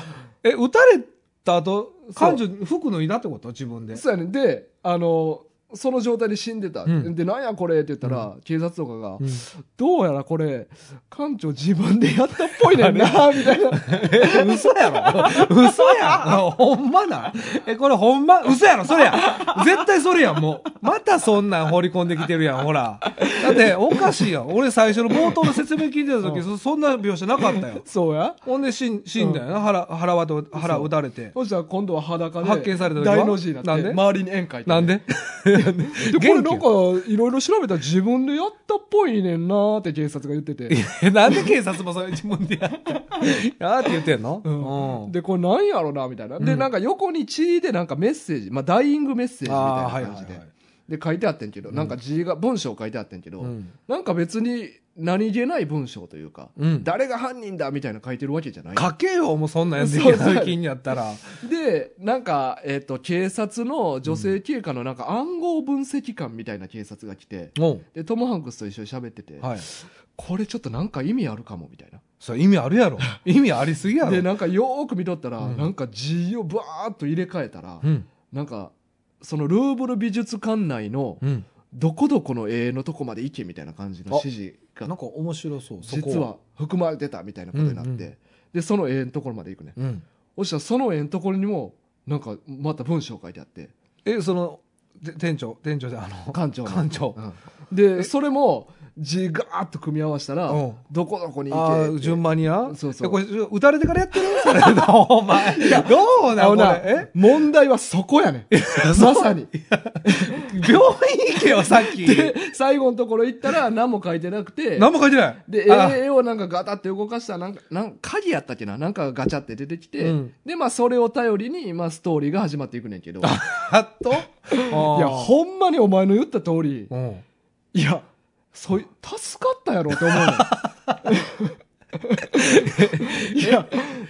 Speaker 2: え撃たれた後
Speaker 1: そう
Speaker 2: 彼女服脱いだってこと自分で
Speaker 1: そうやねんであのその状態で死んでた、
Speaker 2: うん
Speaker 1: で「なんやこれ」って言ったら、警察とかが「
Speaker 2: うん
Speaker 1: どうやらこれ館長自分でやったっぽいねんな」みたいな
Speaker 2: え [laughs] 嘘やろ嘘やん [laughs] ほんまなえ、これほんま嘘やろそれ [laughs] や絶対それやんもう。またそんなん放り込んできてるやん、ほら。だって、おかしいやん。俺最初の冒頭の説明聞いてた時、そそんな描写なかったよ。
Speaker 1: そうや
Speaker 2: ほんで死ん死んだよな、腹、腹わと、腹打たれて。
Speaker 1: そしたら今度は裸で
Speaker 2: 発見された時は
Speaker 1: 大の字になって
Speaker 2: なんで
Speaker 1: 周りに円描いて
Speaker 2: なんで
Speaker 1: でこれなんか
Speaker 2: 元
Speaker 1: いろいろ調べたら自分でやったっぽいねんなって警察が言ってて
Speaker 2: 気なんで警察もそれ自分でやったやーって言ってんの
Speaker 1: うん
Speaker 2: うん
Speaker 1: でこれなんやろなみたいな、で
Speaker 2: うん
Speaker 1: なんか横に血でなんかメッセージ、まあ、ダイイングメッセージみ
Speaker 2: あー
Speaker 1: た
Speaker 2: はいい
Speaker 1: な感
Speaker 2: は
Speaker 1: じで,、
Speaker 2: いはい。
Speaker 1: で書いてあってんけど、なんか字が文章書いてあってんけど、
Speaker 2: うん
Speaker 1: なんか別に何気ない文章というか、
Speaker 2: うん
Speaker 1: 誰が犯人だみたいな書いてるわけじゃない
Speaker 2: 書けよ、もうそんなんやつ。
Speaker 1: そうそう
Speaker 2: 最近やったら。
Speaker 1: でなんか、えっと警察の女性警官のなんか暗号分析官みたいな警察が来て
Speaker 2: おう
Speaker 1: でトム・ハンクスと一緒に喋ってて、
Speaker 2: はい。
Speaker 1: これちょっとなんか意味あるかもみたいな
Speaker 2: それ意味ある [laughs] やろ意味ありすぎやろ
Speaker 1: でなんかよーく見とったら、
Speaker 2: うん
Speaker 1: なんか字をバーッと入れ替えたら、
Speaker 2: うん
Speaker 1: なんかそのルーブル美術館内の
Speaker 2: うん
Speaker 1: どこどこの絵のとこまで行けみたいな感じの指示
Speaker 2: なん
Speaker 1: が
Speaker 2: か面白そうそこ
Speaker 1: 実は含まれてたみたいなことになって、
Speaker 2: うんうん
Speaker 1: でその絵のところまで行くね
Speaker 2: うん
Speaker 1: そしたらその絵のところにもなんかまた文章書いてあって
Speaker 2: えそのて店長店長であの
Speaker 1: 館長の
Speaker 2: 館長
Speaker 1: うんでそれも字ガーッと組み合わせたら、
Speaker 2: うん
Speaker 1: どこどこに
Speaker 2: あ
Speaker 1: 行けっ
Speaker 2: ー
Speaker 1: て
Speaker 2: 順番にな
Speaker 1: そうそう
Speaker 2: えこれ打たれてからやってるそれ
Speaker 1: [laughs]
Speaker 2: お前どうな
Speaker 1: あの
Speaker 2: の
Speaker 1: な
Speaker 2: え
Speaker 1: 問題はそこやねんまさに
Speaker 2: 病院行けよさっき
Speaker 1: で最後のところ行ったら何も書いてなくて
Speaker 2: 何も書いてない
Speaker 1: で
Speaker 2: あ
Speaker 1: 絵をなんかガタって動かしたらなんかなん鍵やったっけななんかガチャって出てきて、
Speaker 2: うん
Speaker 1: でまあそれを頼りに、まあ、ストーリーが始まっていくねんけどい
Speaker 2: やっとい
Speaker 1: やほんまにお前の言った通り
Speaker 2: うん
Speaker 1: いやそうい助かったやろって思う [laughs] ねんいや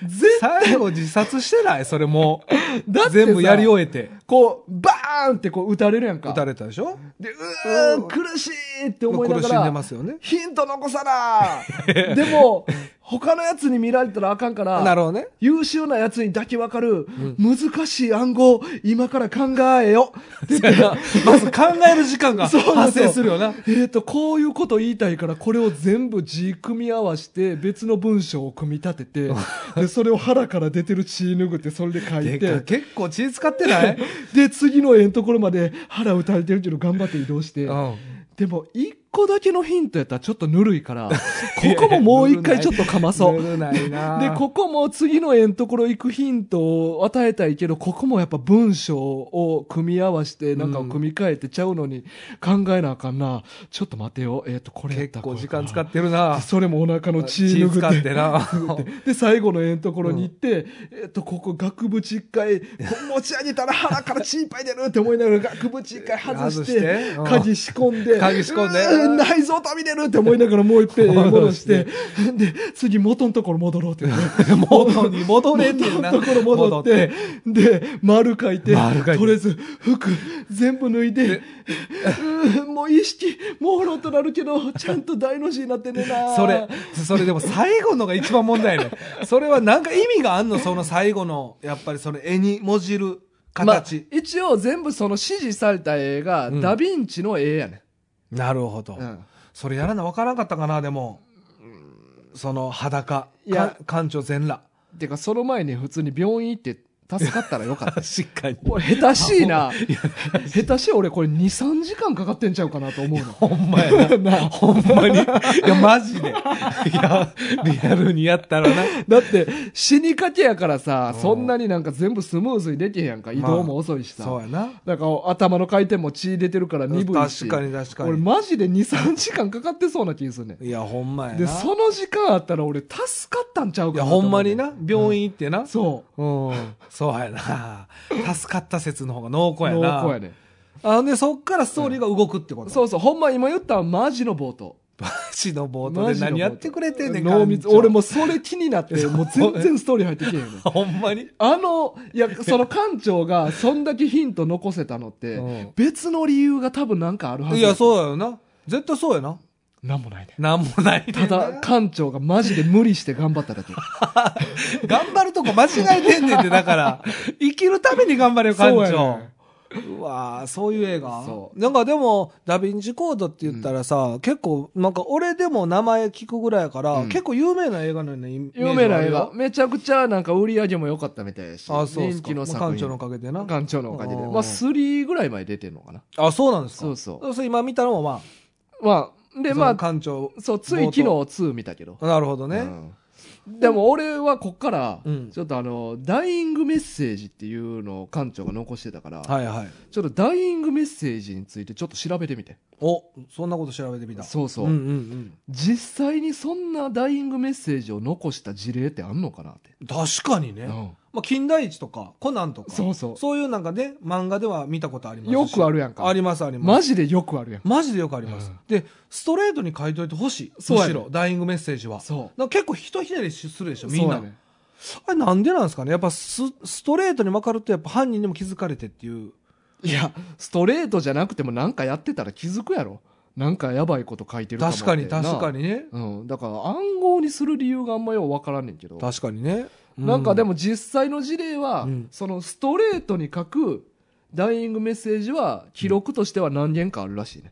Speaker 1: ぜ
Speaker 2: 最後自殺してないそれも
Speaker 1: だってさ
Speaker 2: 全部やり終えて
Speaker 1: こうバーンってこう打たれるやんか
Speaker 2: 打たれたでしょ
Speaker 1: でうーん苦しいって思いな
Speaker 2: 苦
Speaker 1: が
Speaker 2: しん
Speaker 1: ら
Speaker 2: でますよね
Speaker 1: ヒント残さ
Speaker 2: [laughs]
Speaker 1: なでも他のやつに見られたらあかんから
Speaker 2: なるほどね
Speaker 1: 優秀なやつにだけわかる、難しい暗号、今から考えよ。って言ったら、
Speaker 2: まず考える時間
Speaker 1: [laughs]
Speaker 2: が
Speaker 1: そうそうそう
Speaker 2: 発生するよな
Speaker 1: えっと、こういうこと言いたいから、これを全部字組み合わせて、別の文章を組み立て
Speaker 2: [laughs]
Speaker 1: て、で、それを腹から出てる血拭って、それで書い
Speaker 2: でか
Speaker 1: て、
Speaker 2: 結構血使ってない、
Speaker 1: で、次の絵のところまで腹打たれてるけど頑張って移動して、
Speaker 2: うん、
Speaker 1: でも、一個だけのヒントやったらちょっとぬるい
Speaker 2: [laughs]
Speaker 1: から、ここももう一回ちょっとかまそう。
Speaker 2: ぬるないな
Speaker 1: で、ここも次の絵のところ行くヒントを与えたいけど、ここもやっぱ文章を組み合わせて、なんかを組み替えてちゃうのに考えなあかんな。ちょっと待てよ。えっ、と、これやった
Speaker 2: 結
Speaker 1: らこ
Speaker 2: 構
Speaker 1: れ
Speaker 2: 時
Speaker 1: かな
Speaker 2: 間使ってるな
Speaker 1: それもお腹の血抜
Speaker 2: 使
Speaker 1: くっ。
Speaker 2: っててな
Speaker 1: で、最後の絵のところに行って、えっと、ここ、額縁一回、こう持ち上げたら腹から血いっぱい出るって思いながら、額縁一回外して、
Speaker 2: 外してうん
Speaker 1: 鍵仕込んで、
Speaker 2: 鍵仕込ん
Speaker 1: うー
Speaker 2: で
Speaker 1: 内臓飛び出るって思いながら、もう一遍絵戻して、で、次元のところ戻ろう [laughs] って。
Speaker 2: 元に戻れんねんな
Speaker 1: ところ戻って、で、丸書いて、
Speaker 2: 丸書いて
Speaker 1: とりあえず服全部脱いで、うーもう意識、朦朧となるけど、ちゃんと大の字になってねえな。
Speaker 2: それそれでも最後のが一番問題やねんそれはなんか意味があんのその最後のやっぱりその絵にもじる形、
Speaker 1: まあ一応全部その指示された絵が、
Speaker 2: うん
Speaker 1: ダヴィンチの絵やね、
Speaker 2: なるほど、
Speaker 1: うん
Speaker 2: それやらな分からんかったかなでもその裸
Speaker 1: いや
Speaker 2: か館長全裸
Speaker 1: てか、その前に普通に病院行って助かったらよか
Speaker 2: [laughs]
Speaker 1: った。
Speaker 2: しっかり
Speaker 1: 俺、下手しいな。下手しい俺、これ2、3時間かかってんちゃうかなと思うの。
Speaker 2: ほんまやな [laughs] ほんまにいやマジ [laughs] でいやリアルにやったらな
Speaker 1: だって、死にかけやからさ、
Speaker 2: うん
Speaker 1: そんなになんか全部スムーズにできへんやんか。移動も遅いしさ。
Speaker 2: そうやな
Speaker 1: なんか頭の回転も血出てるから鈍いし。
Speaker 2: 確かに確か
Speaker 1: 俺
Speaker 2: に
Speaker 1: マジで2、3時間かかってそうな気するねん。
Speaker 2: いやほんまやな
Speaker 1: で、その時間あったら俺助かったんちゃう
Speaker 2: い
Speaker 1: か
Speaker 2: や
Speaker 1: な
Speaker 2: ほんまに
Speaker 1: と思
Speaker 2: な病院行ってな、
Speaker 1: うねん。そ
Speaker 2: うん、そうやな。助かった説の方が濃
Speaker 1: う。
Speaker 2: 厚や
Speaker 1: 濃
Speaker 2: な。
Speaker 1: 厚やねん。
Speaker 2: あで、そっからストーリーが動くってこと。
Speaker 1: そうそう、ほんま今言ったんはマジの冒頭。
Speaker 2: マジの冒頭で何やってくれてんねん、
Speaker 1: 濃密。
Speaker 2: 館長
Speaker 1: 俺。もうそれ気になって、もう全然ストーリー入ってけえへんねん。
Speaker 2: ほんまに。
Speaker 1: あの、いや、その館長がそんだけヒント残せたのって、
Speaker 2: うん
Speaker 1: 別の理由が多分なんかあるはず
Speaker 2: いや、そうやよな。絶対そうやな。
Speaker 1: なんもないね。
Speaker 2: なんもないねん
Speaker 1: た
Speaker 2: な。
Speaker 1: だ、館長がマジで無理して頑張っただ
Speaker 2: [laughs]
Speaker 1: け。
Speaker 2: 頑張るとこ間違えてんねんって、だから。 [laughs] 生きるために頑張れよ、館
Speaker 1: そうや
Speaker 2: 長
Speaker 1: ね。
Speaker 2: うわーそういう映画
Speaker 1: そ
Speaker 2: なんかでも、ダヴィンチコードって言ったらさ、結構、なんか俺でも名前聞くぐらいやから、
Speaker 1: うん
Speaker 2: 結構有名な映画のようなイメージ
Speaker 1: 有名な
Speaker 2: ある
Speaker 1: 映
Speaker 2: よ
Speaker 1: 画。めちゃくちゃなんか売り上げも良かったみたいやし。
Speaker 2: あ、そうっす
Speaker 1: 人
Speaker 2: か
Speaker 1: 気の作
Speaker 2: まあ
Speaker 1: 品。
Speaker 2: 館長のおかげでな。
Speaker 1: 館長のおかげで。
Speaker 2: うん
Speaker 1: まあ、3ぐらい前出てんのかな。
Speaker 2: あ、そうなんですか。
Speaker 1: そうそう
Speaker 2: れ今見たのもま
Speaker 1: まあ、
Speaker 2: あ、
Speaker 1: で、
Speaker 2: その
Speaker 1: まあ、
Speaker 2: 館長。
Speaker 1: そう、つい昨日2見たけど。
Speaker 2: なるほどね。
Speaker 1: うんでも俺はこっから
Speaker 2: うん、
Speaker 1: ちょっとあの、ダイイングメッセージっていうのを館長が残してたから、
Speaker 2: はいはい。
Speaker 1: ちょっとダイイングメッセージについてちょっと調べてみて。
Speaker 2: お、そんなこと調べてみた。
Speaker 1: そうそう。
Speaker 2: うんうん
Speaker 1: 実際にそんなダイイングメッセージを残した事例ってあんのかなって。
Speaker 2: うん。確かにね。
Speaker 1: うん
Speaker 2: まあ、金田一とか、コナンとか。
Speaker 1: そうそう
Speaker 2: そういうなんかね、漫画では見たことありますし
Speaker 1: よくあるやんか
Speaker 2: ありますありま
Speaker 1: マ
Speaker 2: す。
Speaker 1: ジでよくあるやん。
Speaker 2: マジでよくあります。
Speaker 1: うん
Speaker 2: で、ストレートに書いといてほしい。
Speaker 1: そうやね
Speaker 2: むしろ、ダイイングメッセージは。
Speaker 1: そ
Speaker 2: なんか結構人ひねりしするでし
Speaker 1: う。
Speaker 2: ょ、みん
Speaker 1: そ
Speaker 2: な。
Speaker 1: うやね
Speaker 2: あれなんでなんですかねやっぱスストレートに分かるとやっぱ犯人にも気づかれてっていう。
Speaker 1: いや、ストレートじゃなくてもなんかやってたら気づくやろ。なんかやばいこと書いてるかも
Speaker 2: 確かに確か
Speaker 1: に。
Speaker 2: にね。
Speaker 1: うん。だから暗号にする理由があんまようわからんねんけど。
Speaker 2: 確かにね。
Speaker 1: なんかで
Speaker 2: も、
Speaker 1: も実際の事例は、
Speaker 2: うん
Speaker 1: そのストレートに書くダイイングメッセージは記録としては何件かあるらしいね。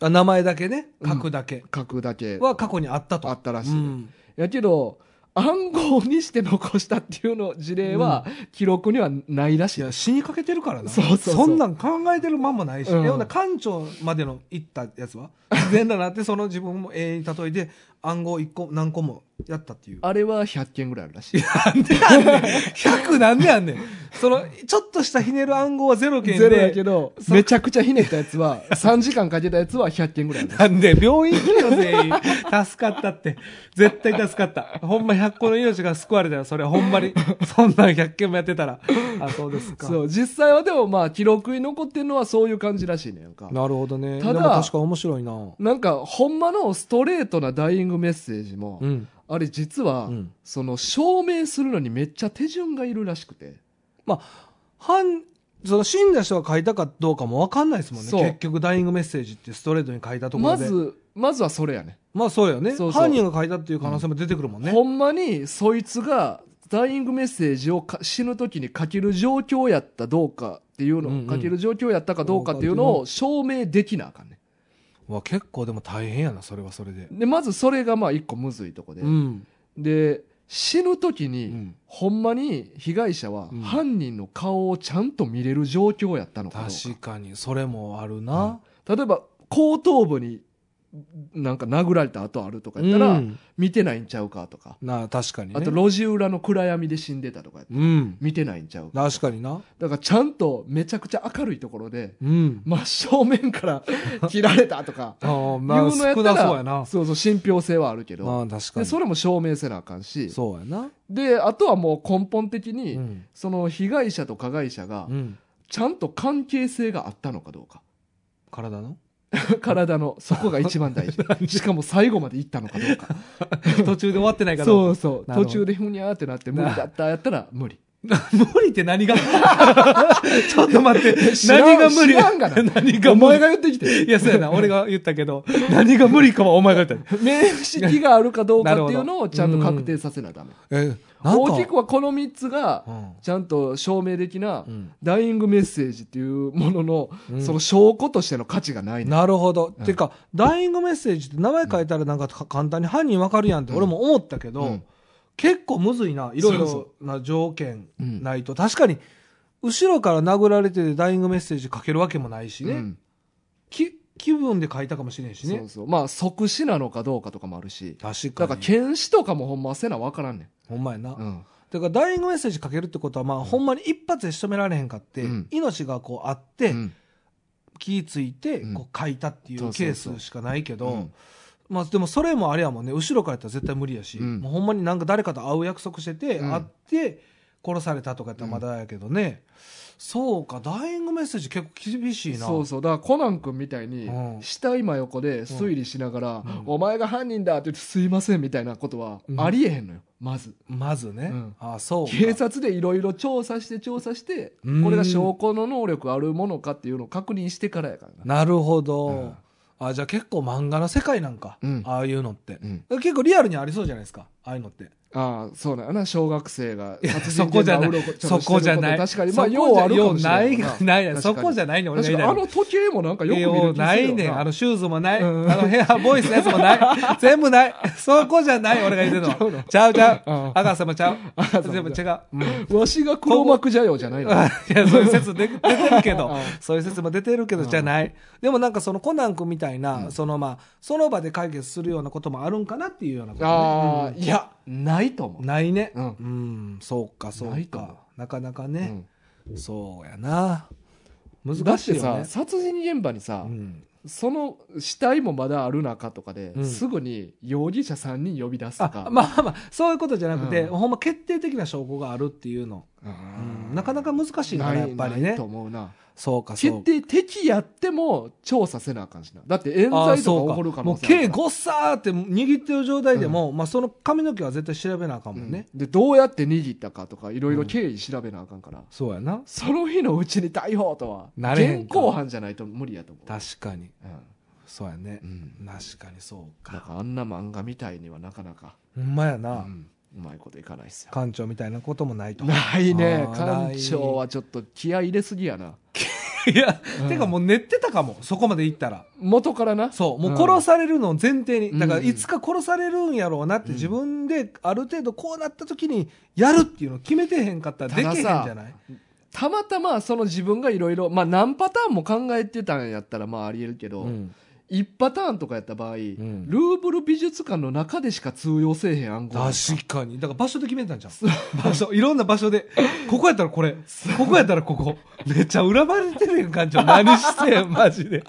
Speaker 2: あ名前だけね、書くだけ
Speaker 1: 書くだけ
Speaker 2: は過去にあったと。
Speaker 1: あったらしい、
Speaker 2: うん
Speaker 1: やけど、暗号にして残したっていうの事例は記録にはないらし
Speaker 2: い
Speaker 1: い。
Speaker 2: や、死にかけてるからな。
Speaker 1: そうそうそうん
Speaker 2: なん考えてるまんまないし。
Speaker 1: うん
Speaker 2: えほんなら館長までの行ったやつは、全裸になって、その自分も永遠に例えて、暗号一個、何個もやったっていう。
Speaker 1: あれは100件ぐらいあるらしい。
Speaker 2: なんでやねん [laughs] !100 なんでやんねんその、ちょっとしたひねる暗号は0件
Speaker 1: ゼロやけ
Speaker 2: で、
Speaker 1: ど、
Speaker 2: そ
Speaker 1: めちゃくちゃひねったやつは、3時間かけたやつは100件ぐらいあるらしい。
Speaker 2: なんで、病院行けよ、全員。助かったって。絶対助かった。ほんま100個の命が救われたよ、それはほんまに。そんなん100件もやってたら。あ、そうですか。
Speaker 1: そう、実際はでもまあ記録に残ってるのはそういう感じらしいねんか。
Speaker 2: なるほどね。
Speaker 1: ただ
Speaker 2: でも確か面白いな。
Speaker 1: なんか、ほんまのストレートなダイイングメッセージも、
Speaker 2: うん。
Speaker 1: あれ実は、
Speaker 2: うん
Speaker 1: その証明するのにめっちゃ手順がいるらしくて。
Speaker 2: まあ、犯、その死んだ人が書いたかどうかも分かんないですもんね。
Speaker 1: そう
Speaker 2: 結局、ダイイングメッセージってストレートに書いたところ
Speaker 1: ま
Speaker 2: で。
Speaker 1: ず、まずはそれやね。
Speaker 2: まあそうよね
Speaker 1: そうそう
Speaker 2: 犯人が書いたっていう可能性も出てくるもんね。
Speaker 1: ほんまに、そいつが、ダイイングメッセージをか死ぬ時に書ける状況やったどうかっていうの、
Speaker 2: うんうん
Speaker 1: 書ける状況やったかどうかっていうのを証明できなあかんね。
Speaker 2: うわ、結構でも大変やな、それはそれで。
Speaker 1: で、まずそれがまあ一個むずいとこで。
Speaker 2: うん。
Speaker 1: で、死ぬ時に、
Speaker 2: うん
Speaker 1: ほんまに被害者は
Speaker 2: うん
Speaker 1: 犯人の顔をちゃんと見れる状況やったのかどうか。
Speaker 2: 確かに、それもあるな。
Speaker 1: 例えば後頭部になんか殴られた跡あるとかやったら、
Speaker 2: うん
Speaker 1: 見てないんちゃうかとか、
Speaker 2: なあ、確かに、ね。
Speaker 1: あと路地裏の暗闇で死んでたとかやったら
Speaker 2: うん。
Speaker 1: 見てないんちゃうか
Speaker 2: 確かにな。
Speaker 1: だからちゃんとめちゃくちゃ明るいところで
Speaker 2: うん。
Speaker 1: 真正面から
Speaker 2: [laughs]
Speaker 1: 切られたとか
Speaker 2: ああ、ま
Speaker 1: 言
Speaker 2: あ、
Speaker 1: うのやったら
Speaker 2: 少なそうやな。
Speaker 1: そうそう信憑性はあるけ
Speaker 2: ま
Speaker 1: ど
Speaker 2: あ、確か
Speaker 1: で
Speaker 2: に。
Speaker 1: それも証明せなあかんし
Speaker 2: そうやな。
Speaker 1: であとはもう根本的
Speaker 2: う
Speaker 1: に、
Speaker 2: ん。
Speaker 1: その被害者と加害者が
Speaker 2: うん。
Speaker 1: ちゃんと関係性があったのかどうか [laughs]
Speaker 2: 体の [laughs]
Speaker 1: 体のそこが一番大事しかも最後まで行ったのかどうか
Speaker 2: 途中で終わってないから。
Speaker 1: そうそう
Speaker 2: なるほ
Speaker 1: 途
Speaker 2: ど
Speaker 1: 中でふにゃーってなって無理だったやったら無理
Speaker 2: [laughs] 無理って何がちょっと待って。
Speaker 1: 知らん
Speaker 2: 何が無
Speaker 1: 知
Speaker 2: 理
Speaker 1: らんがな
Speaker 2: 何が
Speaker 1: お
Speaker 2: 無
Speaker 1: 前
Speaker 2: 理
Speaker 1: が言ってきて
Speaker 2: [laughs] いや、そうやな。俺が言ったけど、 [laughs] 何が無理かはお前が言った。
Speaker 1: 面識があるかどうかっていうのをちゃんと
Speaker 2: なるほど
Speaker 1: 確定させなダメ
Speaker 2: え、なんか
Speaker 1: 大きくはこの3つ
Speaker 2: う
Speaker 1: が
Speaker 2: ん
Speaker 1: ちゃんと証明的な
Speaker 2: うん
Speaker 1: ダイイングメッセージっていうものの
Speaker 2: うん
Speaker 1: その証拠としての価値がないね
Speaker 2: なるほど。
Speaker 1: うん
Speaker 2: てか、ダイイングメッセージって名前書いたらなんかか簡単に犯人わかるやんって俺も思ったけど、
Speaker 1: うん
Speaker 2: 結構むずいな。いろい
Speaker 1: そう
Speaker 2: ろな条件
Speaker 1: うん
Speaker 2: ないと。確かに、後ろから殴られてダイイングメッセージ書けるわけもないしね。
Speaker 1: うん
Speaker 2: き気分で書いたかもしれんし
Speaker 1: そ
Speaker 2: ね
Speaker 1: う。そうまあ即死なのかどうかとかもあるし
Speaker 2: 確か
Speaker 1: だ
Speaker 2: に。
Speaker 1: から検視とかもほんませな分からんね
Speaker 2: ほんまやな。
Speaker 1: んうん
Speaker 2: だからダイイングメッセージ書けるってことは、まあ、ほんまに一発で仕留められへんかって、
Speaker 1: うん
Speaker 2: 命がこうあって、
Speaker 1: うん
Speaker 2: 気ぃついて
Speaker 1: うん
Speaker 2: こう書いたってい
Speaker 1: そううそ
Speaker 2: ケー
Speaker 1: うそう
Speaker 2: スしかないけど、
Speaker 1: うん
Speaker 2: まあ、でもそれもあれやもんね後ろからやったら絶対無理やし、
Speaker 1: うん
Speaker 2: もうほんまになんか誰かと会う約束してて、
Speaker 1: うん
Speaker 2: 会って殺されたとかやったらまだやけどね、そうかダイイングメッセージ結構厳しいな
Speaker 1: そうそうだからコナン君みたいに
Speaker 2: うん
Speaker 1: 死体真横で推理しながら
Speaker 2: うん
Speaker 1: 「お前が犯人だ」って言って「すいません」みたいなことはありえへんのよまず
Speaker 2: まずね、
Speaker 1: うん
Speaker 2: ああそうか
Speaker 1: 警察でいろいろ調査して調査して
Speaker 2: うん
Speaker 1: これが証拠の能力あるものかっていうのを確認してからやからな
Speaker 2: なるほど、
Speaker 1: うん
Speaker 2: あじゃあ結構漫画の世界なんか、
Speaker 1: うん
Speaker 2: ああいうのって、
Speaker 1: うん
Speaker 2: 結構リアルにありそうじゃないですかああいうのって
Speaker 1: ああそうなんやな小学生が
Speaker 2: いや
Speaker 1: 殺人
Speaker 2: そこじゃな
Speaker 1: 現場うろこ
Speaker 2: い。
Speaker 1: ちょ
Speaker 2: そ
Speaker 1: ろしてる
Speaker 2: こじゃない。
Speaker 1: こと確かにまあ
Speaker 2: そこじゃ
Speaker 1: ようあるかもしれない
Speaker 2: ようないないないそこじゃないね、俺が
Speaker 1: 確
Speaker 2: 言
Speaker 1: かに
Speaker 2: いたいの
Speaker 1: あの時計もなんかよく見る気
Speaker 2: よ
Speaker 1: す
Speaker 2: う
Speaker 1: るよな
Speaker 2: ないねんあのシューズもない。
Speaker 1: うん
Speaker 2: あのヘアボイスのやつ
Speaker 1: [laughs]
Speaker 2: もない。全部ない。そこじゃない、俺が言ってるのは。ちゃうちゃ
Speaker 1: うん
Speaker 2: う。赤さもちゃ
Speaker 1: [laughs]
Speaker 2: う。
Speaker 1: 赤さもちゃう
Speaker 2: 全部違う。 [laughs] うん
Speaker 1: わしが黒幕じゃよじゃないの
Speaker 2: いや、そういう説出出てるけど
Speaker 1: うん、
Speaker 2: そういう説も出てるけど、じゃない。でもなんかそのコナン君みたいな、そのまあ、その場で解決するようなこともあるんかなっていうようなことね
Speaker 1: ああ
Speaker 2: うん
Speaker 1: いやないと思う
Speaker 2: ないね。
Speaker 1: うん
Speaker 2: うん、そうか、そ
Speaker 1: な
Speaker 2: う
Speaker 1: いと思
Speaker 2: か。なかなかね。
Speaker 1: うん
Speaker 2: そうやな
Speaker 1: だ
Speaker 2: 難
Speaker 1: っ
Speaker 2: しい
Speaker 1: て
Speaker 2: よね
Speaker 1: さ殺人現場にさ
Speaker 2: うん、
Speaker 1: その死体もまだある中とかで
Speaker 2: うん
Speaker 1: すぐに容疑者3人呼び出すと
Speaker 2: あ
Speaker 1: か
Speaker 2: まあまあそういうことじゃなくて、
Speaker 1: うん
Speaker 2: ほんま決定的な証拠があるっていうの、
Speaker 1: う
Speaker 2: うん
Speaker 1: ん
Speaker 2: なかなか難しいな
Speaker 1: ない
Speaker 2: やっぱり
Speaker 1: な
Speaker 2: ね
Speaker 1: いと思うな
Speaker 2: そうかそう
Speaker 1: 決定的やっても調査せなあかんしなだって冤
Speaker 2: ああ
Speaker 1: 罪と
Speaker 2: そう
Speaker 1: か起こる可
Speaker 2: も
Speaker 1: 能
Speaker 2: う
Speaker 1: 性あ
Speaker 2: 計
Speaker 1: るから
Speaker 2: ごっさーって握ってる状態でも、まあ、その髪の毛は絶対調べなあかんもんね、
Speaker 1: うんでどうやって握ったかとかいろいろ経緯調べなあかんから、
Speaker 2: そうやな
Speaker 1: その日のうちに逮捕とは
Speaker 2: なれへ
Speaker 1: 現
Speaker 2: んから
Speaker 1: 行犯じゃないと無理やと思う、
Speaker 2: 確かに
Speaker 1: うん
Speaker 2: そうやね
Speaker 1: う、ん、
Speaker 2: 確かにそう
Speaker 1: なん
Speaker 2: か
Speaker 1: かあんな漫画みたいにはなかなか、
Speaker 2: ほんまや
Speaker 1: う
Speaker 2: な、
Speaker 1: んうまいこといかないっすよ
Speaker 2: 館長みたいなこともないと [laughs]
Speaker 1: ないね
Speaker 2: あーな
Speaker 1: 館
Speaker 2: い
Speaker 1: 長はちょっと気合い入れすぎやない
Speaker 2: や、
Speaker 1: うん
Speaker 2: てかもう寝てたかもそこまで行ったら
Speaker 1: 元からな
Speaker 2: そう、もう
Speaker 1: うん
Speaker 2: 殺されるのを前提に、
Speaker 1: うん
Speaker 2: だからいつか殺されるんやろうなっ
Speaker 1: う
Speaker 2: て、
Speaker 1: ん
Speaker 2: 自分である程度こうなった時にやるっていうのを決めてへんかったらできへんじゃない
Speaker 1: たまたまその自分がいろいろまあ何パターンも考えてたんやったらまあありえるけど、
Speaker 2: うん
Speaker 1: 一パターンとかやった場合、
Speaker 2: ん
Speaker 1: ルーブル美術館の中でしか通用せえへん暗号なんか
Speaker 2: 確かに。だから場所で決めたんじゃん。場所、いろんな場所で、ここやったらこれ、ここやったらここ。めっちゃ恨まれてるやん、館長。何してん、マジで。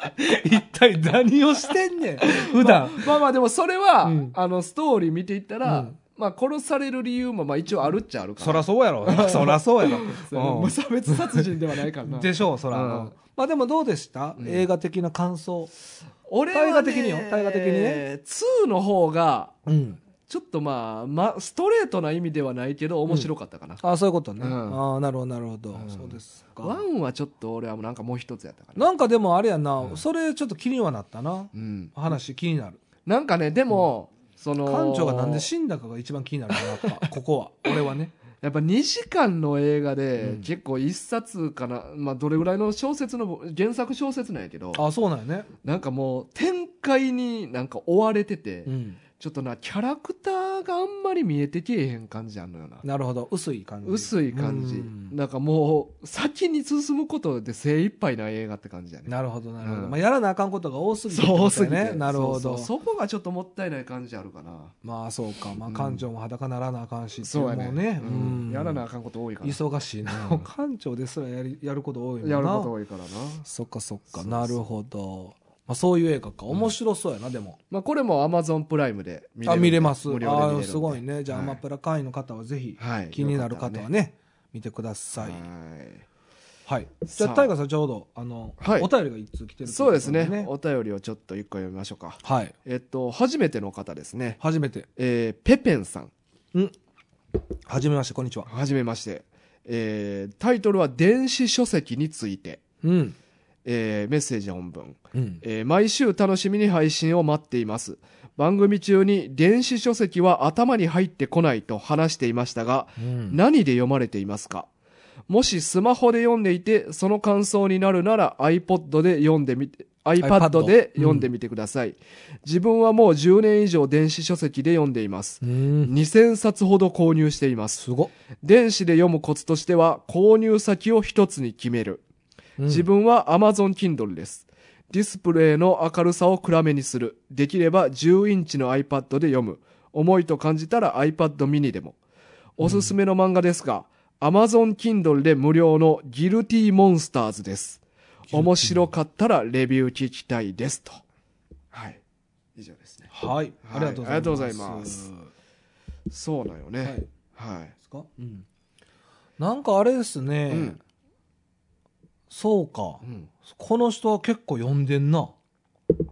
Speaker 2: 一体何をしてんねん、普段。
Speaker 1: まあまあでもそれは、
Speaker 2: うん
Speaker 1: あのストーリー見ていったら、
Speaker 2: うん
Speaker 1: まあ殺される理由もまあ一応あるっちゃあるから
Speaker 2: そらそうやろ。そらそ
Speaker 1: そ
Speaker 2: うや
Speaker 1: うやな
Speaker 2: ろ。
Speaker 1: 無差別殺人ではないから
Speaker 2: う
Speaker 1: なん
Speaker 2: [laughs] でしょう、そら。
Speaker 1: うん
Speaker 2: うんまあでもどうでした
Speaker 1: うん
Speaker 2: 映画的な感想。
Speaker 1: 俺はね
Speaker 2: 大河的によ大河的にね
Speaker 1: 2の方が
Speaker 2: うん。
Speaker 1: ちょっとまあ、ま、ストレートな意味ではないけど面白かったかな、
Speaker 2: あそういうこと
Speaker 1: う
Speaker 2: ね。
Speaker 1: ん
Speaker 2: ああ、なるほど、なるほど。そうです
Speaker 1: ワ
Speaker 2: か。
Speaker 1: ンはちょっと俺はなんかもう一つやったからな、
Speaker 2: なんかでもあれやな、それちょっと気にはなったな。
Speaker 1: うん、
Speaker 2: 話気になる。
Speaker 1: なんかねでも、その
Speaker 2: 館長がなんで死んだかが一番気になるな、やっ
Speaker 1: [laughs]
Speaker 2: ぱ。ここは。俺はね。
Speaker 1: やっぱ2時間の映画で、
Speaker 2: うん
Speaker 1: 結構1冊かな、まあ、どれぐらいの小説の原作小説なんやけど
Speaker 2: あそうなんやね。
Speaker 1: なんかもう展開になんか追われてて、
Speaker 2: うん。
Speaker 1: ちょっとなキャラクターがあんまり見えてけえへん感じあんのよな
Speaker 2: なるほど。薄い感じ。
Speaker 1: 薄い感じ、
Speaker 2: うん
Speaker 1: なんかもう先に進むことで精一杯な映画って感じやね
Speaker 2: なるほど、なるほ
Speaker 1: う
Speaker 2: ど。
Speaker 1: ん
Speaker 2: まあ、やらなあかんことが多すぎてって
Speaker 1: そう
Speaker 2: こと
Speaker 1: す
Speaker 2: だ
Speaker 1: ぎ
Speaker 2: よ
Speaker 1: て
Speaker 2: ね。なるほど
Speaker 1: そう。そうそこがちょっともったいない感じあるかな
Speaker 2: まあ、そうか。まあ、
Speaker 1: うん
Speaker 2: 館長も裸ならなあかんしってい、
Speaker 1: そうやね
Speaker 2: もうね。
Speaker 1: うん
Speaker 2: うん
Speaker 1: やらなあかんこと多いから
Speaker 2: 忙しいな。
Speaker 1: [laughs] うん
Speaker 2: 館長ですらやり、やること多いもんな。
Speaker 1: やること多いからな、
Speaker 2: そっかそっ
Speaker 1: そ
Speaker 2: か
Speaker 1: うそう
Speaker 2: なるほど、まあ、そういう映画か面白そうやな、でも
Speaker 1: まあ、これも Amazon プライムで見れ
Speaker 2: あ
Speaker 1: るんで
Speaker 2: 見れます
Speaker 1: 無料で見れ
Speaker 2: あ
Speaker 1: るん
Speaker 2: ー
Speaker 1: です
Speaker 2: ごいねじゃあ、
Speaker 1: はい
Speaker 2: アマプラ会員の方はぜひ、
Speaker 1: はい
Speaker 2: 気になる方はね
Speaker 1: よ
Speaker 2: 見てください、はい
Speaker 1: はい
Speaker 2: じゃ
Speaker 1: さ
Speaker 2: あ
Speaker 1: あ
Speaker 2: タイガーさんちょうどあの、
Speaker 1: はい
Speaker 2: お便りが一通来てるとい
Speaker 1: そうです
Speaker 2: こ
Speaker 1: ね
Speaker 2: と
Speaker 1: お便りをちょっと一個読みましょうか
Speaker 2: はい
Speaker 1: えっと初めての方ですね、
Speaker 2: 初めて
Speaker 1: えーペペンさん
Speaker 2: はじめましてこんにちは
Speaker 1: はじめまして、えータイトルは「電子書籍について
Speaker 2: うん。」
Speaker 1: えーメッセージ本文、
Speaker 2: うん。
Speaker 1: えー毎週楽しみに配信を待っています番組中に電子書籍は頭に入ってこないと話していましたが
Speaker 2: うん。
Speaker 1: 何で読まれていますかもしスマホで読んでいてその感想になるなら iPod で読んでみて iPad で読んでみてください、自分はもう10年以上電子書籍で読んでいます、
Speaker 2: うん。
Speaker 1: 2000冊ほど購入しています
Speaker 2: すごっ。
Speaker 1: 電子で読むコツとしては購入先を一つに決める自分は Amazon Kindle です。ディスプレイの明るさを暗めにする。できれば10インチの iPad で読む。重いと感じたら iPad mini でも。おすすめの漫画ですが、Amazon Kindle で無料のギルティモンスターズです。面白かったらレビュー聞きたいです。と。はい。以上ですね。
Speaker 2: はい。ありがとうご
Speaker 1: はいあ
Speaker 2: ざいます。
Speaker 1: りがとうございますそうなんよ
Speaker 2: はい。
Speaker 1: ね。
Speaker 2: で
Speaker 1: はい。
Speaker 2: すかうん。なんかあれですね。
Speaker 1: うん
Speaker 2: そうか
Speaker 1: う。ん。
Speaker 2: この人は結構読んでんな。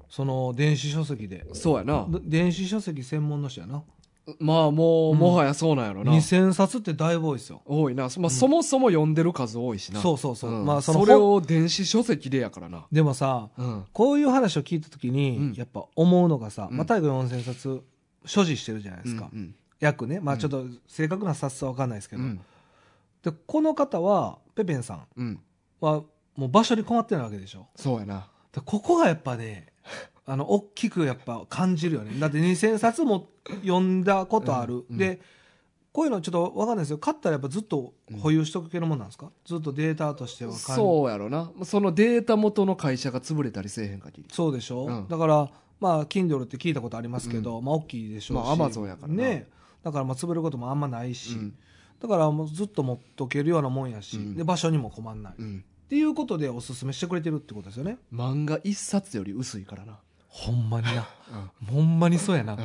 Speaker 2: その、電子書籍で。
Speaker 1: そうやな。
Speaker 2: で電子書籍専門の人やな。
Speaker 1: まあもう、
Speaker 2: うん
Speaker 1: もはやそうなんやろな。
Speaker 2: 2000冊ってだいぶ多いですよ。
Speaker 1: 多いな。まあ、そもそも読んでる数多いしな。
Speaker 2: そうそうそう。
Speaker 1: うん
Speaker 2: まあ、その
Speaker 1: れ
Speaker 2: 本
Speaker 1: を電子書籍でやからな。
Speaker 2: でもさ、
Speaker 1: うん。
Speaker 2: こういう話を聞いたときに、
Speaker 1: うん
Speaker 2: やっぱ思うのがさ、
Speaker 1: うん
Speaker 2: まあ、大河4000冊所持してるじゃないですか。
Speaker 1: うん
Speaker 2: 約ね。まあ、
Speaker 1: うん
Speaker 2: ちょっと正確な冊数は分かんないですけ
Speaker 1: う
Speaker 2: ど。
Speaker 1: ん。
Speaker 2: で、この方は、ペペンさん
Speaker 1: うん。
Speaker 2: は、もう場所に困ってないわけでしょ。
Speaker 1: そうやな。
Speaker 2: でここがやっぱね、あの、大きくやっぱ感じるよね。だって2000冊も読んだことある。
Speaker 1: うん
Speaker 2: で、こういうのちょっと分かんないですよ。買ったらやっぱずっと保有しとく系のもんなんですか、ずっとデータとしては管理
Speaker 1: そうやろな。そのデータ元の会社が潰れたりせえへん限り。
Speaker 2: そうでしょ、
Speaker 1: うん
Speaker 2: だからまあ Kindle って聞いたことありますけど、まあ大きいでしょうし、
Speaker 1: まあ Amazon やからな
Speaker 2: ねだからまあ潰れることもあんまないし、
Speaker 1: うん
Speaker 2: だからもうずっと持っとけるようなもんやし、
Speaker 1: うん
Speaker 2: で場所にも困んない、
Speaker 1: う
Speaker 2: っ
Speaker 1: ん。
Speaker 2: ていうことでおすすめしてくれてるってことですよね
Speaker 1: 漫画一冊より薄いからな。
Speaker 2: ほんまになほんまにそうやな、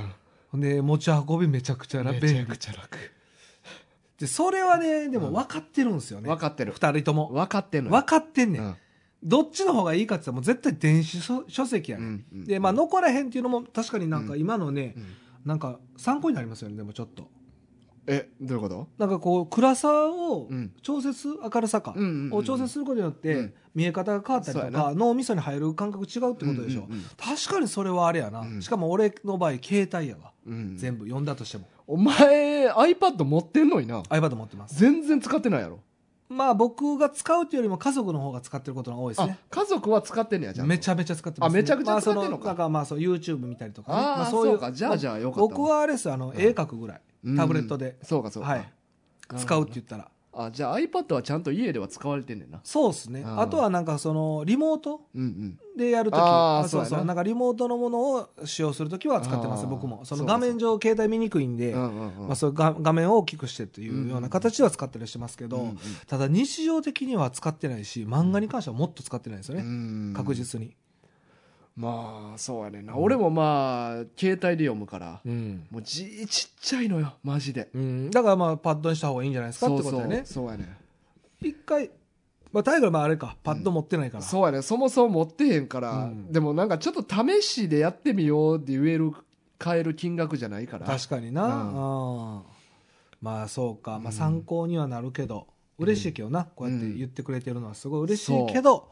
Speaker 2: ほんで持ち運びめちゃくちゃ便
Speaker 1: め
Speaker 2: 利
Speaker 1: ちゃくちゃ楽。
Speaker 2: でそれはねでも分かってるんですよね、
Speaker 1: 分かってる。
Speaker 2: 2人とも
Speaker 1: 分かってんのよ
Speaker 2: 分かってんねん、
Speaker 1: うん
Speaker 2: どっちの方がいいかって言ったらもう絶対電子書書籍や
Speaker 1: う
Speaker 2: ね、ん
Speaker 1: んうん
Speaker 2: でまあ残らへんっていうのも確かになんか今のね、
Speaker 1: うん
Speaker 2: なんか参考になりますよねでもちょっと
Speaker 1: え、どういうこと
Speaker 2: なんかこう暗さを
Speaker 1: うん
Speaker 2: 調節、明るさか、
Speaker 1: うんうんうん
Speaker 2: を調節することによって、
Speaker 1: うん
Speaker 2: 見え方が変わったり
Speaker 1: そう
Speaker 2: と
Speaker 1: や
Speaker 2: か脳みそに入る感覚違うってことでし
Speaker 1: うん
Speaker 2: ょ、
Speaker 1: うんうん
Speaker 2: 確かにそれはあれやな、
Speaker 1: うん
Speaker 2: しかも俺の場合携帯やわ、
Speaker 1: うん
Speaker 2: 全部読んだとしても
Speaker 1: お前、iPad 持ってんのにな。
Speaker 2: iPad 持ってます
Speaker 1: 全然使ってないやろ。
Speaker 2: まあ僕が使うっていうよりも家族の方が使ってることが多いです
Speaker 1: あ
Speaker 2: ね、
Speaker 1: 家族は使ってんのや、じゃあ
Speaker 2: めちゃめちゃ使ってます、
Speaker 1: あめちゃくちゃ使ってんのか
Speaker 2: まあそだからまあそう YouTube 見たりとかね、
Speaker 1: あー
Speaker 2: ま
Speaker 1: そうかじゃあじゃあよかったわ
Speaker 2: 僕はあれですあの、絵描くぐらい
Speaker 1: うん
Speaker 2: タブレットで、
Speaker 1: そうか、そうか。
Speaker 2: はい使うって言ったら
Speaker 1: あじゃあ iPad はちゃんと家では使われてんねんな
Speaker 2: そうですね
Speaker 1: うん
Speaker 2: あとはなんかそのリモート
Speaker 1: うんうん
Speaker 2: でやるとき
Speaker 1: あー
Speaker 2: そう
Speaker 1: そう
Speaker 2: そ
Speaker 1: や
Speaker 2: う
Speaker 1: な
Speaker 2: なんかリモートのものを使用するときは使ってま
Speaker 1: あ
Speaker 2: す
Speaker 1: ー
Speaker 2: 僕もそ
Speaker 1: そ
Speaker 2: の
Speaker 1: うか
Speaker 2: 画面上携帯見にくいんで、
Speaker 1: うんうんうん
Speaker 2: まあ、そういう画画面を大きくしてっていうような形では使ったりしてますけど、
Speaker 1: うんうん
Speaker 2: ただ日常的には使ってないし漫画に関してはもっと使ってないですよね、
Speaker 1: うん
Speaker 2: 確実に、
Speaker 1: まあそうやねんな、俺もまあ携帯で読むから、
Speaker 2: うん
Speaker 1: もう字ちっちゃいのよマジで
Speaker 2: だからまあパッドにした方がいいんじゃないですかっ
Speaker 1: そ
Speaker 2: て
Speaker 1: う
Speaker 2: こと
Speaker 1: そ
Speaker 2: だ
Speaker 1: う
Speaker 2: よね
Speaker 1: そうやねん
Speaker 2: 一回まあ大河はあれかパッド持ってないから、
Speaker 1: そうやねんそもそも持ってへんから、
Speaker 2: うん
Speaker 1: でもなんかちょっと試しでやってみようって言える買える金額じゃないから
Speaker 2: 確かに
Speaker 1: う
Speaker 2: な、うんまあそうか、まあ、参考にはなるけど、嬉しいけどなこうやって言ってくれてるのはすごい嬉しいけど、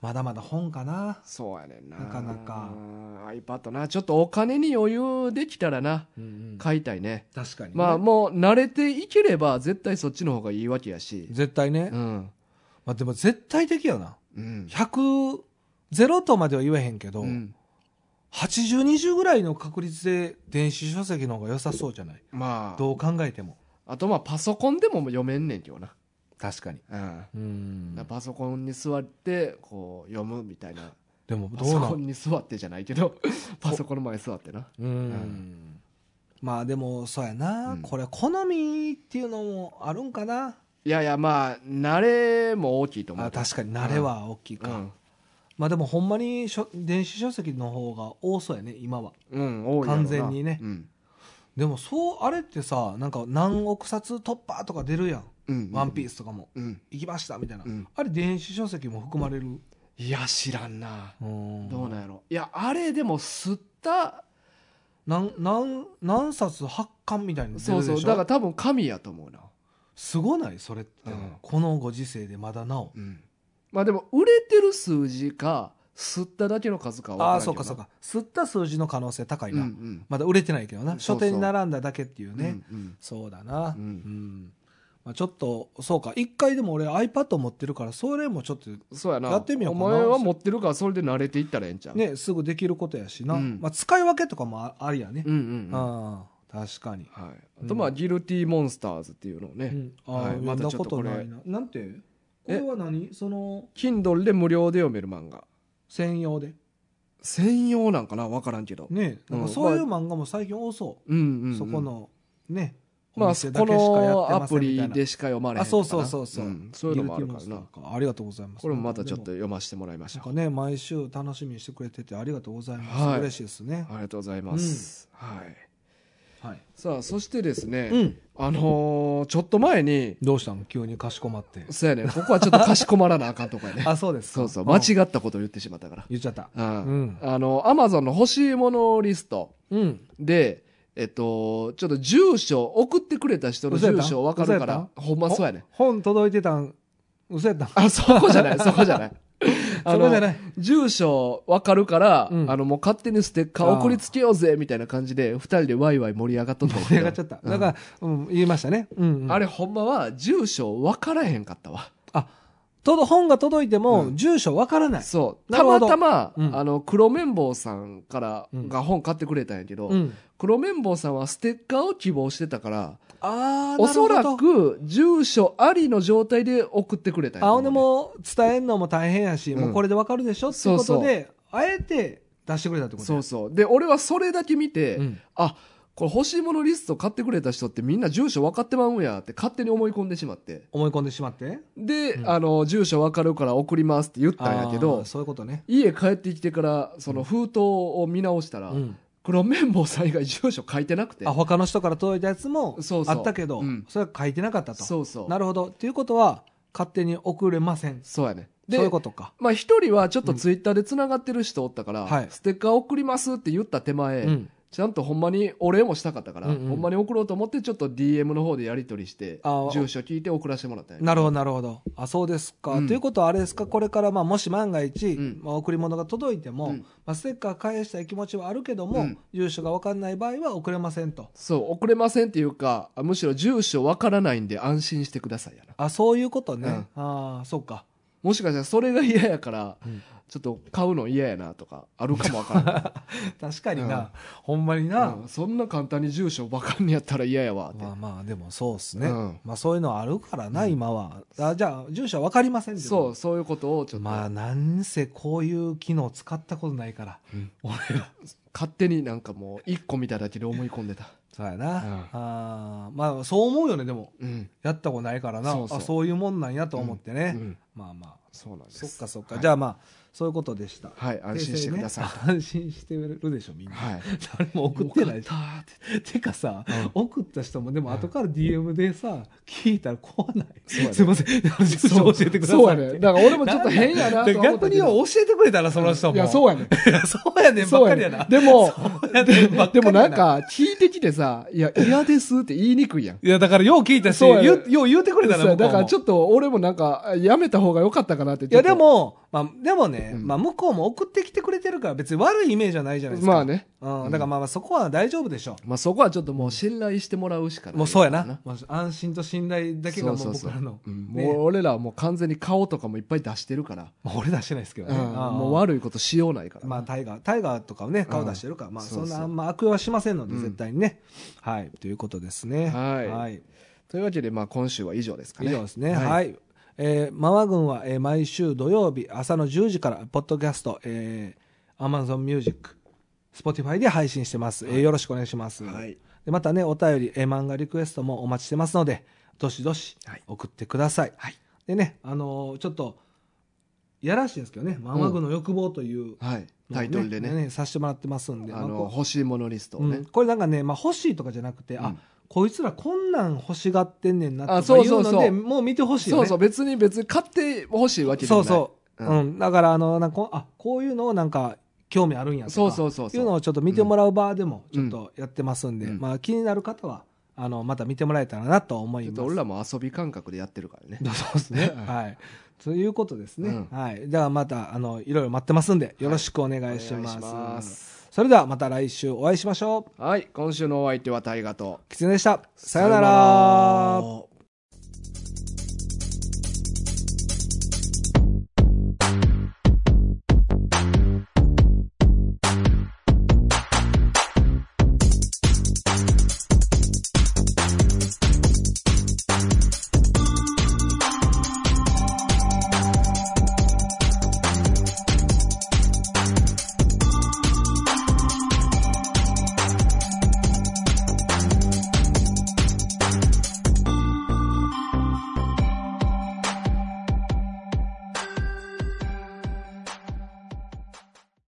Speaker 2: まだまだ本かな
Speaker 1: そうやねんな
Speaker 2: なかなか
Speaker 1: iPad なちょっとお金に余裕できたらな買いたいね
Speaker 2: 確かにね、
Speaker 1: まあもう慣れていければ絶対そっちの方がいいわけやし
Speaker 2: 絶対ね、
Speaker 1: うん
Speaker 2: まあ、でも絶対的よな
Speaker 1: うん
Speaker 2: 100ゼロとまでは言えへんけど、
Speaker 1: うん
Speaker 2: 8020ぐらいの確率で電子書籍の方が良さそうじゃない
Speaker 1: まあ
Speaker 2: どう考えても
Speaker 1: あとまあパソコンでも読めんねんけどな、
Speaker 2: 確かに
Speaker 1: うん
Speaker 2: うん
Speaker 1: パソコンに座ってこう読むみたいな
Speaker 2: でも
Speaker 1: パ
Speaker 2: どう
Speaker 1: ソ
Speaker 2: な
Speaker 1: コ
Speaker 2: の
Speaker 1: ンに座ってじゃないけ
Speaker 2: [laughs]
Speaker 1: どパソコンの前に座ってな
Speaker 2: うん、まあでもそうやな、
Speaker 1: うん
Speaker 2: これ好みっていうのもあるんかない
Speaker 1: やいやまあ慣れも大きいと思
Speaker 2: あ
Speaker 1: う
Speaker 2: 確かに慣れは大きいか、
Speaker 1: うん
Speaker 2: まあでもほんまに書電子書籍の方が多そうやね今は
Speaker 1: うん多いやろな
Speaker 2: 完全にね
Speaker 1: うん
Speaker 2: でもそうあれってさなんか何億冊突破とか出るやん
Speaker 1: うん
Speaker 2: 「
Speaker 1: うん
Speaker 2: ワンピースとかも
Speaker 1: うん
Speaker 2: 行きましたみたいな、
Speaker 1: うん
Speaker 2: あれ電子書籍も含まれる、
Speaker 1: いや知らんな
Speaker 2: うん
Speaker 1: どうなんやろいやあれでも吸った
Speaker 2: なんなん何冊発刊みたいなの出る
Speaker 1: そう
Speaker 2: でし
Speaker 1: そう
Speaker 2: ょ
Speaker 1: だから多分神やと思うな
Speaker 2: すごないそれって、
Speaker 1: うん
Speaker 2: このご時世でまだなお、
Speaker 1: うんまあでも売れてる数字か吸っただけの数かは分
Speaker 2: あ
Speaker 1: ら
Speaker 2: あ
Speaker 1: んけど
Speaker 2: そう
Speaker 1: な
Speaker 2: かそうか吸った数字の可能性高い
Speaker 1: うん
Speaker 2: な、
Speaker 1: うん
Speaker 2: まだ売れてないけど
Speaker 1: そ
Speaker 2: な
Speaker 1: うそ
Speaker 2: 書
Speaker 1: う
Speaker 2: 店に並んだだけっていうね、
Speaker 1: うんうん
Speaker 2: そうだな
Speaker 1: う
Speaker 2: うんん、まあ、ちょっとそうか一回でも俺 iPad 持ってるからそれもちょっと
Speaker 1: そうやな
Speaker 2: やってみようかな
Speaker 1: お前は持ってるからそれで慣れていったらええんちゃう
Speaker 2: ねすぐできることやしな、
Speaker 1: うん
Speaker 2: まあ、使い分けとかもあありやね、
Speaker 1: うんうんうんは
Speaker 2: ああ確かに、
Speaker 1: い、あとまあ、ギルティモンスターズっていうのをね、
Speaker 2: うんああ、
Speaker 1: はいま
Speaker 2: ま
Speaker 1: た
Speaker 2: だ
Speaker 1: ちょ
Speaker 2: こ
Speaker 1: っと
Speaker 2: と
Speaker 1: これ
Speaker 2: ないななんてこ
Speaker 1: え
Speaker 2: れは何その
Speaker 1: Kindle で無料で読める漫画
Speaker 2: 専用で
Speaker 1: 専用なんかな分からんけど、
Speaker 2: ねなん
Speaker 1: うん
Speaker 2: かそういう漫画も最近多そう、
Speaker 1: うんうんうん
Speaker 2: そこのね、
Speaker 1: まあ
Speaker 2: お
Speaker 1: こ
Speaker 2: 店だけしかやっ
Speaker 1: の
Speaker 2: て
Speaker 1: ア
Speaker 2: ません
Speaker 1: プ
Speaker 2: みたい
Speaker 1: リ
Speaker 2: な
Speaker 1: でしか読まれへんか
Speaker 2: あ、
Speaker 1: な
Speaker 2: そうそうそうそう、
Speaker 1: んそういうのもあるから
Speaker 2: ギルティ
Speaker 1: な
Speaker 2: モンスターかありがとうございます。
Speaker 1: これもまたちょっと
Speaker 2: でも
Speaker 1: 読ませてもらいまし
Speaker 2: なん
Speaker 1: ょ
Speaker 2: か
Speaker 1: う
Speaker 2: ね、毎週楽しみにしてくれててありがとうございます。
Speaker 1: はい
Speaker 2: 嬉しいですね。
Speaker 1: ありがとうございます、はい
Speaker 2: はい。
Speaker 1: さあそしてですね、
Speaker 2: うん。
Speaker 1: あのーちょっと前に
Speaker 2: どうしたの急にかしこ
Speaker 1: [laughs]
Speaker 2: まって。
Speaker 1: そうやねここはちょっとかしこまらなあかんとこやね
Speaker 2: [laughs] あ、そうですか。
Speaker 1: そうそう、
Speaker 2: ん
Speaker 1: 間違ったことを言ってしまったから。
Speaker 2: 言っちゃった。
Speaker 1: うん
Speaker 2: うん
Speaker 1: あの、アマゾンの欲しいものリスト
Speaker 2: うん。
Speaker 1: で、えっと、ちょっと住所、送ってくれた人の
Speaker 2: 嘘やっ
Speaker 1: 住
Speaker 2: た
Speaker 1: 所分かるか
Speaker 2: 嘘
Speaker 1: ら
Speaker 2: やっ、
Speaker 1: ほんまそうやね。
Speaker 2: 本届いてたん、嘘やったん。
Speaker 1: あ、そこじゃない、そこじゃない。あ
Speaker 2: [laughs] そこじゃな
Speaker 1: の、
Speaker 2: い。
Speaker 1: 住所分かるから、
Speaker 2: うん
Speaker 1: あの、もう勝手にステッカー送りつけようぜ、みたいな感じで、二人でワイワイ盛り上がっとったんや
Speaker 2: [laughs]
Speaker 1: け
Speaker 2: 手
Speaker 1: ど
Speaker 2: がっちゃった。だから、うん、言いましたね。うん、うん
Speaker 1: あれほんまは、住所分からへんかったわ。
Speaker 2: あ、とど、本が届いて
Speaker 1: う
Speaker 2: も、
Speaker 1: ん
Speaker 2: 住所わからない。
Speaker 1: そう。
Speaker 2: な
Speaker 1: た
Speaker 2: るほ
Speaker 1: ま
Speaker 2: ど
Speaker 1: たま、
Speaker 2: うん
Speaker 1: あの、黒綿棒さんから、
Speaker 2: うん
Speaker 1: が本買ってくれたんやけど、
Speaker 2: ん。
Speaker 1: 黒綿棒さんはステッカーを希望してたから、お
Speaker 2: あー、なるほ
Speaker 1: そ
Speaker 2: ど
Speaker 1: らく住所ありの状態で送ってくれたんやと
Speaker 2: あ
Speaker 1: 思
Speaker 2: ほ
Speaker 1: うんね
Speaker 2: でもう伝えんのも大変やし、
Speaker 1: うん
Speaker 2: もうこれでわかるでしょっていうことで、あえて出してくれたってこと
Speaker 1: そう
Speaker 2: そ
Speaker 1: そう。で、俺はそれだけ見て、
Speaker 2: うん
Speaker 1: あ、これ欲しいものリスト買ってくれた人ってみんな住所分かってまうんやって勝手に思い込んでしまって。
Speaker 2: 思い込んでしまって。
Speaker 1: で、
Speaker 2: うん
Speaker 1: あの、住所分かるから送りますって言ったんやけ
Speaker 2: あ
Speaker 1: ど
Speaker 2: ー、そういうことね。
Speaker 1: 家帰ってきてから、その封筒を見直したら、
Speaker 2: うん
Speaker 1: 黒綿棒さん以外住所書いてなくて
Speaker 2: あ、。他の人から届いたやつも
Speaker 1: そうそう
Speaker 2: あったけど、
Speaker 1: うん
Speaker 2: それは書いてなかったと。
Speaker 1: そうそう。
Speaker 2: なるほど。っていうことは、勝手に送れません。
Speaker 1: そうやね。で、
Speaker 2: そういうことか。
Speaker 1: まあ一人はちょっとツイッターで繋がってる人おったから、
Speaker 2: うんはい
Speaker 1: ステッカー送りますって言った手前、
Speaker 2: うん
Speaker 1: ちゃんとほんまにお礼もしたかったから、
Speaker 2: うんうん
Speaker 1: ほんまに送ろうと思ってちょっと DM の方でやり取りして
Speaker 2: あ、
Speaker 1: 住所聞いて送らせてもらったんや
Speaker 2: なるほど、なるほど。あ、そうですか。
Speaker 1: うん
Speaker 2: ということは、あれですか、これから、まあ、もし万が一、
Speaker 1: うん
Speaker 2: まあ、贈り物が届いても、
Speaker 1: うん
Speaker 2: まあ、ステッカー返したい気持ちはあるけども、
Speaker 1: うん
Speaker 2: 住所が分かんない場合は送れませんと。
Speaker 1: そう、送れませんっていうか、あむしろ住所わからないんで安心してくださいやな。
Speaker 2: あ、そういうことね。
Speaker 1: うん
Speaker 2: ああ、そうか。 [laughs]
Speaker 1: もしかしたらそれが嫌やから、
Speaker 2: ん
Speaker 1: ちょっと買うの嫌やなとか、あるかもわから
Speaker 2: 確かにな、
Speaker 1: うん
Speaker 2: ほんまに
Speaker 1: ん、う
Speaker 2: な、
Speaker 1: んそんな簡単に住所わかんねやったら嫌やわって。
Speaker 2: まあまあでもそうっすね、
Speaker 1: うん
Speaker 2: まあそういうのあるからな、今はあじゃあ住所は分かりませんって
Speaker 1: そ
Speaker 2: こ
Speaker 1: う、そういうことをちょ
Speaker 2: と
Speaker 1: っと、
Speaker 2: まあなんせこういう機能使ったことないから、
Speaker 1: うん
Speaker 2: 俺ら [laughs]
Speaker 1: 勝手になんかもう一個見ただけで思い込んでた。
Speaker 2: そうやな、あーまあそう [laughs] 思うよねでも
Speaker 1: うん。
Speaker 2: やったことないからな
Speaker 1: そうそう
Speaker 2: あそういうもんなんやと思ってね、
Speaker 1: うん
Speaker 2: まあまあ
Speaker 1: そうなんです。
Speaker 2: そっかそっか、
Speaker 1: はい
Speaker 2: じゃあまあそういうことでした、
Speaker 1: はい、安心してください。
Speaker 2: 訂正ね [laughs] 安心してるでしょみんな、
Speaker 1: はい。
Speaker 2: [laughs] 誰も送ってない
Speaker 1: よ
Speaker 2: し
Speaker 1: かったって
Speaker 2: [laughs] てかさ、
Speaker 1: う
Speaker 2: 送った人もでも後から DM でさ聞いたら怖ない、
Speaker 1: そうやね
Speaker 2: すいません住所教えてください
Speaker 1: そうやね。だから俺もちょっと変やな
Speaker 2: で
Speaker 1: とは思った
Speaker 2: 逆
Speaker 1: け
Speaker 2: に
Speaker 1: ど。
Speaker 2: 教えてくれたらその人も
Speaker 1: いや、そうやね。
Speaker 2: いやそうやねんば
Speaker 1: そ
Speaker 2: っ
Speaker 1: う
Speaker 2: か
Speaker 1: や
Speaker 2: り
Speaker 1: ね
Speaker 2: やな
Speaker 1: でも、
Speaker 2: やねんばっかりやな
Speaker 1: でもなんか、聞いてきてさ、いや、嫌ですって言いにくいやん。
Speaker 2: いやだからよう聞いたし
Speaker 1: そうやね
Speaker 2: ようよう言うてくれたら
Speaker 1: そうやだからち
Speaker 2: っ
Speaker 1: ょっと俺もなんか、やめた方が良かったかなって。
Speaker 2: といやで、も、まあ、でもね、
Speaker 1: うん
Speaker 2: まあ、向こうも送ってきてくれてるから別に悪いイメージはないじゃないですか
Speaker 1: まあ、ね。
Speaker 2: うん、だからまあまあそこは大丈夫でしょう
Speaker 1: まあそこはちょっともう信頼してもらうしかない。
Speaker 2: もうそうやな。もう安心と信頼だけがもう僕らの
Speaker 1: そうそうそううん
Speaker 2: ね
Speaker 1: もう俺らはもう完全に顔とかもいっぱい出してるから。
Speaker 2: まあ俺出してないですけど
Speaker 1: う
Speaker 2: ね、
Speaker 1: ん
Speaker 2: ああ
Speaker 1: もう悪いことしようないから。
Speaker 2: まあ、タイガー、タイガーとかをね、顔出してるから、まあ、
Speaker 1: そうそ
Speaker 2: そ
Speaker 1: うん
Speaker 2: な、あんま悪用はしませんので、
Speaker 1: うん
Speaker 2: 絶対にね。はい。ということですね。
Speaker 1: はいというわけで、まあ今週は以上ですか
Speaker 2: 以
Speaker 1: ね。
Speaker 2: 上ですね。
Speaker 1: はい
Speaker 2: はい。えーマワ軍は、えー毎週土曜日朝の10時から、ポッドキャスト、えー、Amazon Music、Spotify で配信してます。えーよろしくお願いします。
Speaker 1: はい
Speaker 2: でまたね、お便り、えー漫画リクエストもお待ちしてますので、どしどし
Speaker 1: はい
Speaker 2: 送ってください。
Speaker 1: はい
Speaker 2: でね、あのーちょっと、やらしいんですけどね、マワ軍の欲望という、
Speaker 1: はい。タイトルでね。
Speaker 2: させてもらってますんで、
Speaker 1: あ
Speaker 2: まあ
Speaker 1: の
Speaker 2: こ
Speaker 1: 欲しいものリストを
Speaker 2: う
Speaker 1: ね、
Speaker 2: うんこれなんかね、まあ、欲しいとかじゃなくて、
Speaker 1: う
Speaker 2: あ
Speaker 1: ん
Speaker 2: こいつらこんなん欲しがってんねんな
Speaker 1: あ
Speaker 2: と
Speaker 1: そ
Speaker 2: か
Speaker 1: う
Speaker 2: いう
Speaker 1: そう
Speaker 2: の
Speaker 1: そ
Speaker 2: で
Speaker 1: う
Speaker 2: もう見てほしいよ
Speaker 1: そう
Speaker 2: ね
Speaker 1: そう別に別に買ってほしいわけじゃ
Speaker 2: そ
Speaker 1: な
Speaker 2: う
Speaker 1: い
Speaker 2: そう
Speaker 1: う
Speaker 2: う、
Speaker 1: ん
Speaker 2: ん、だからあのなんかこうあこういうのをなんか興味あるんやとか
Speaker 1: そうそうそうそう
Speaker 2: いうのをちょっと見てもらう場でもちょっとやってますんで、
Speaker 1: うん
Speaker 2: まあ、気になる方はあの、また見てもらえたらなと思
Speaker 1: ち
Speaker 2: い
Speaker 1: ょっ
Speaker 2: ます。
Speaker 1: と俺らも遊び感覚でやってるからね。
Speaker 2: [laughs] そうです
Speaker 1: [laughs]
Speaker 2: ね。はい。ということですね。
Speaker 1: うん
Speaker 2: はい。ではまた、あの、いろいろ待ってますんで、よろしくお願いしま
Speaker 1: お願い
Speaker 2: す。
Speaker 1: します
Speaker 2: それではまた来週お会いしましょう。
Speaker 1: はい、今週のお相手は大河と。
Speaker 2: キツネでした。さような
Speaker 1: さよう
Speaker 2: ら
Speaker 1: な。ら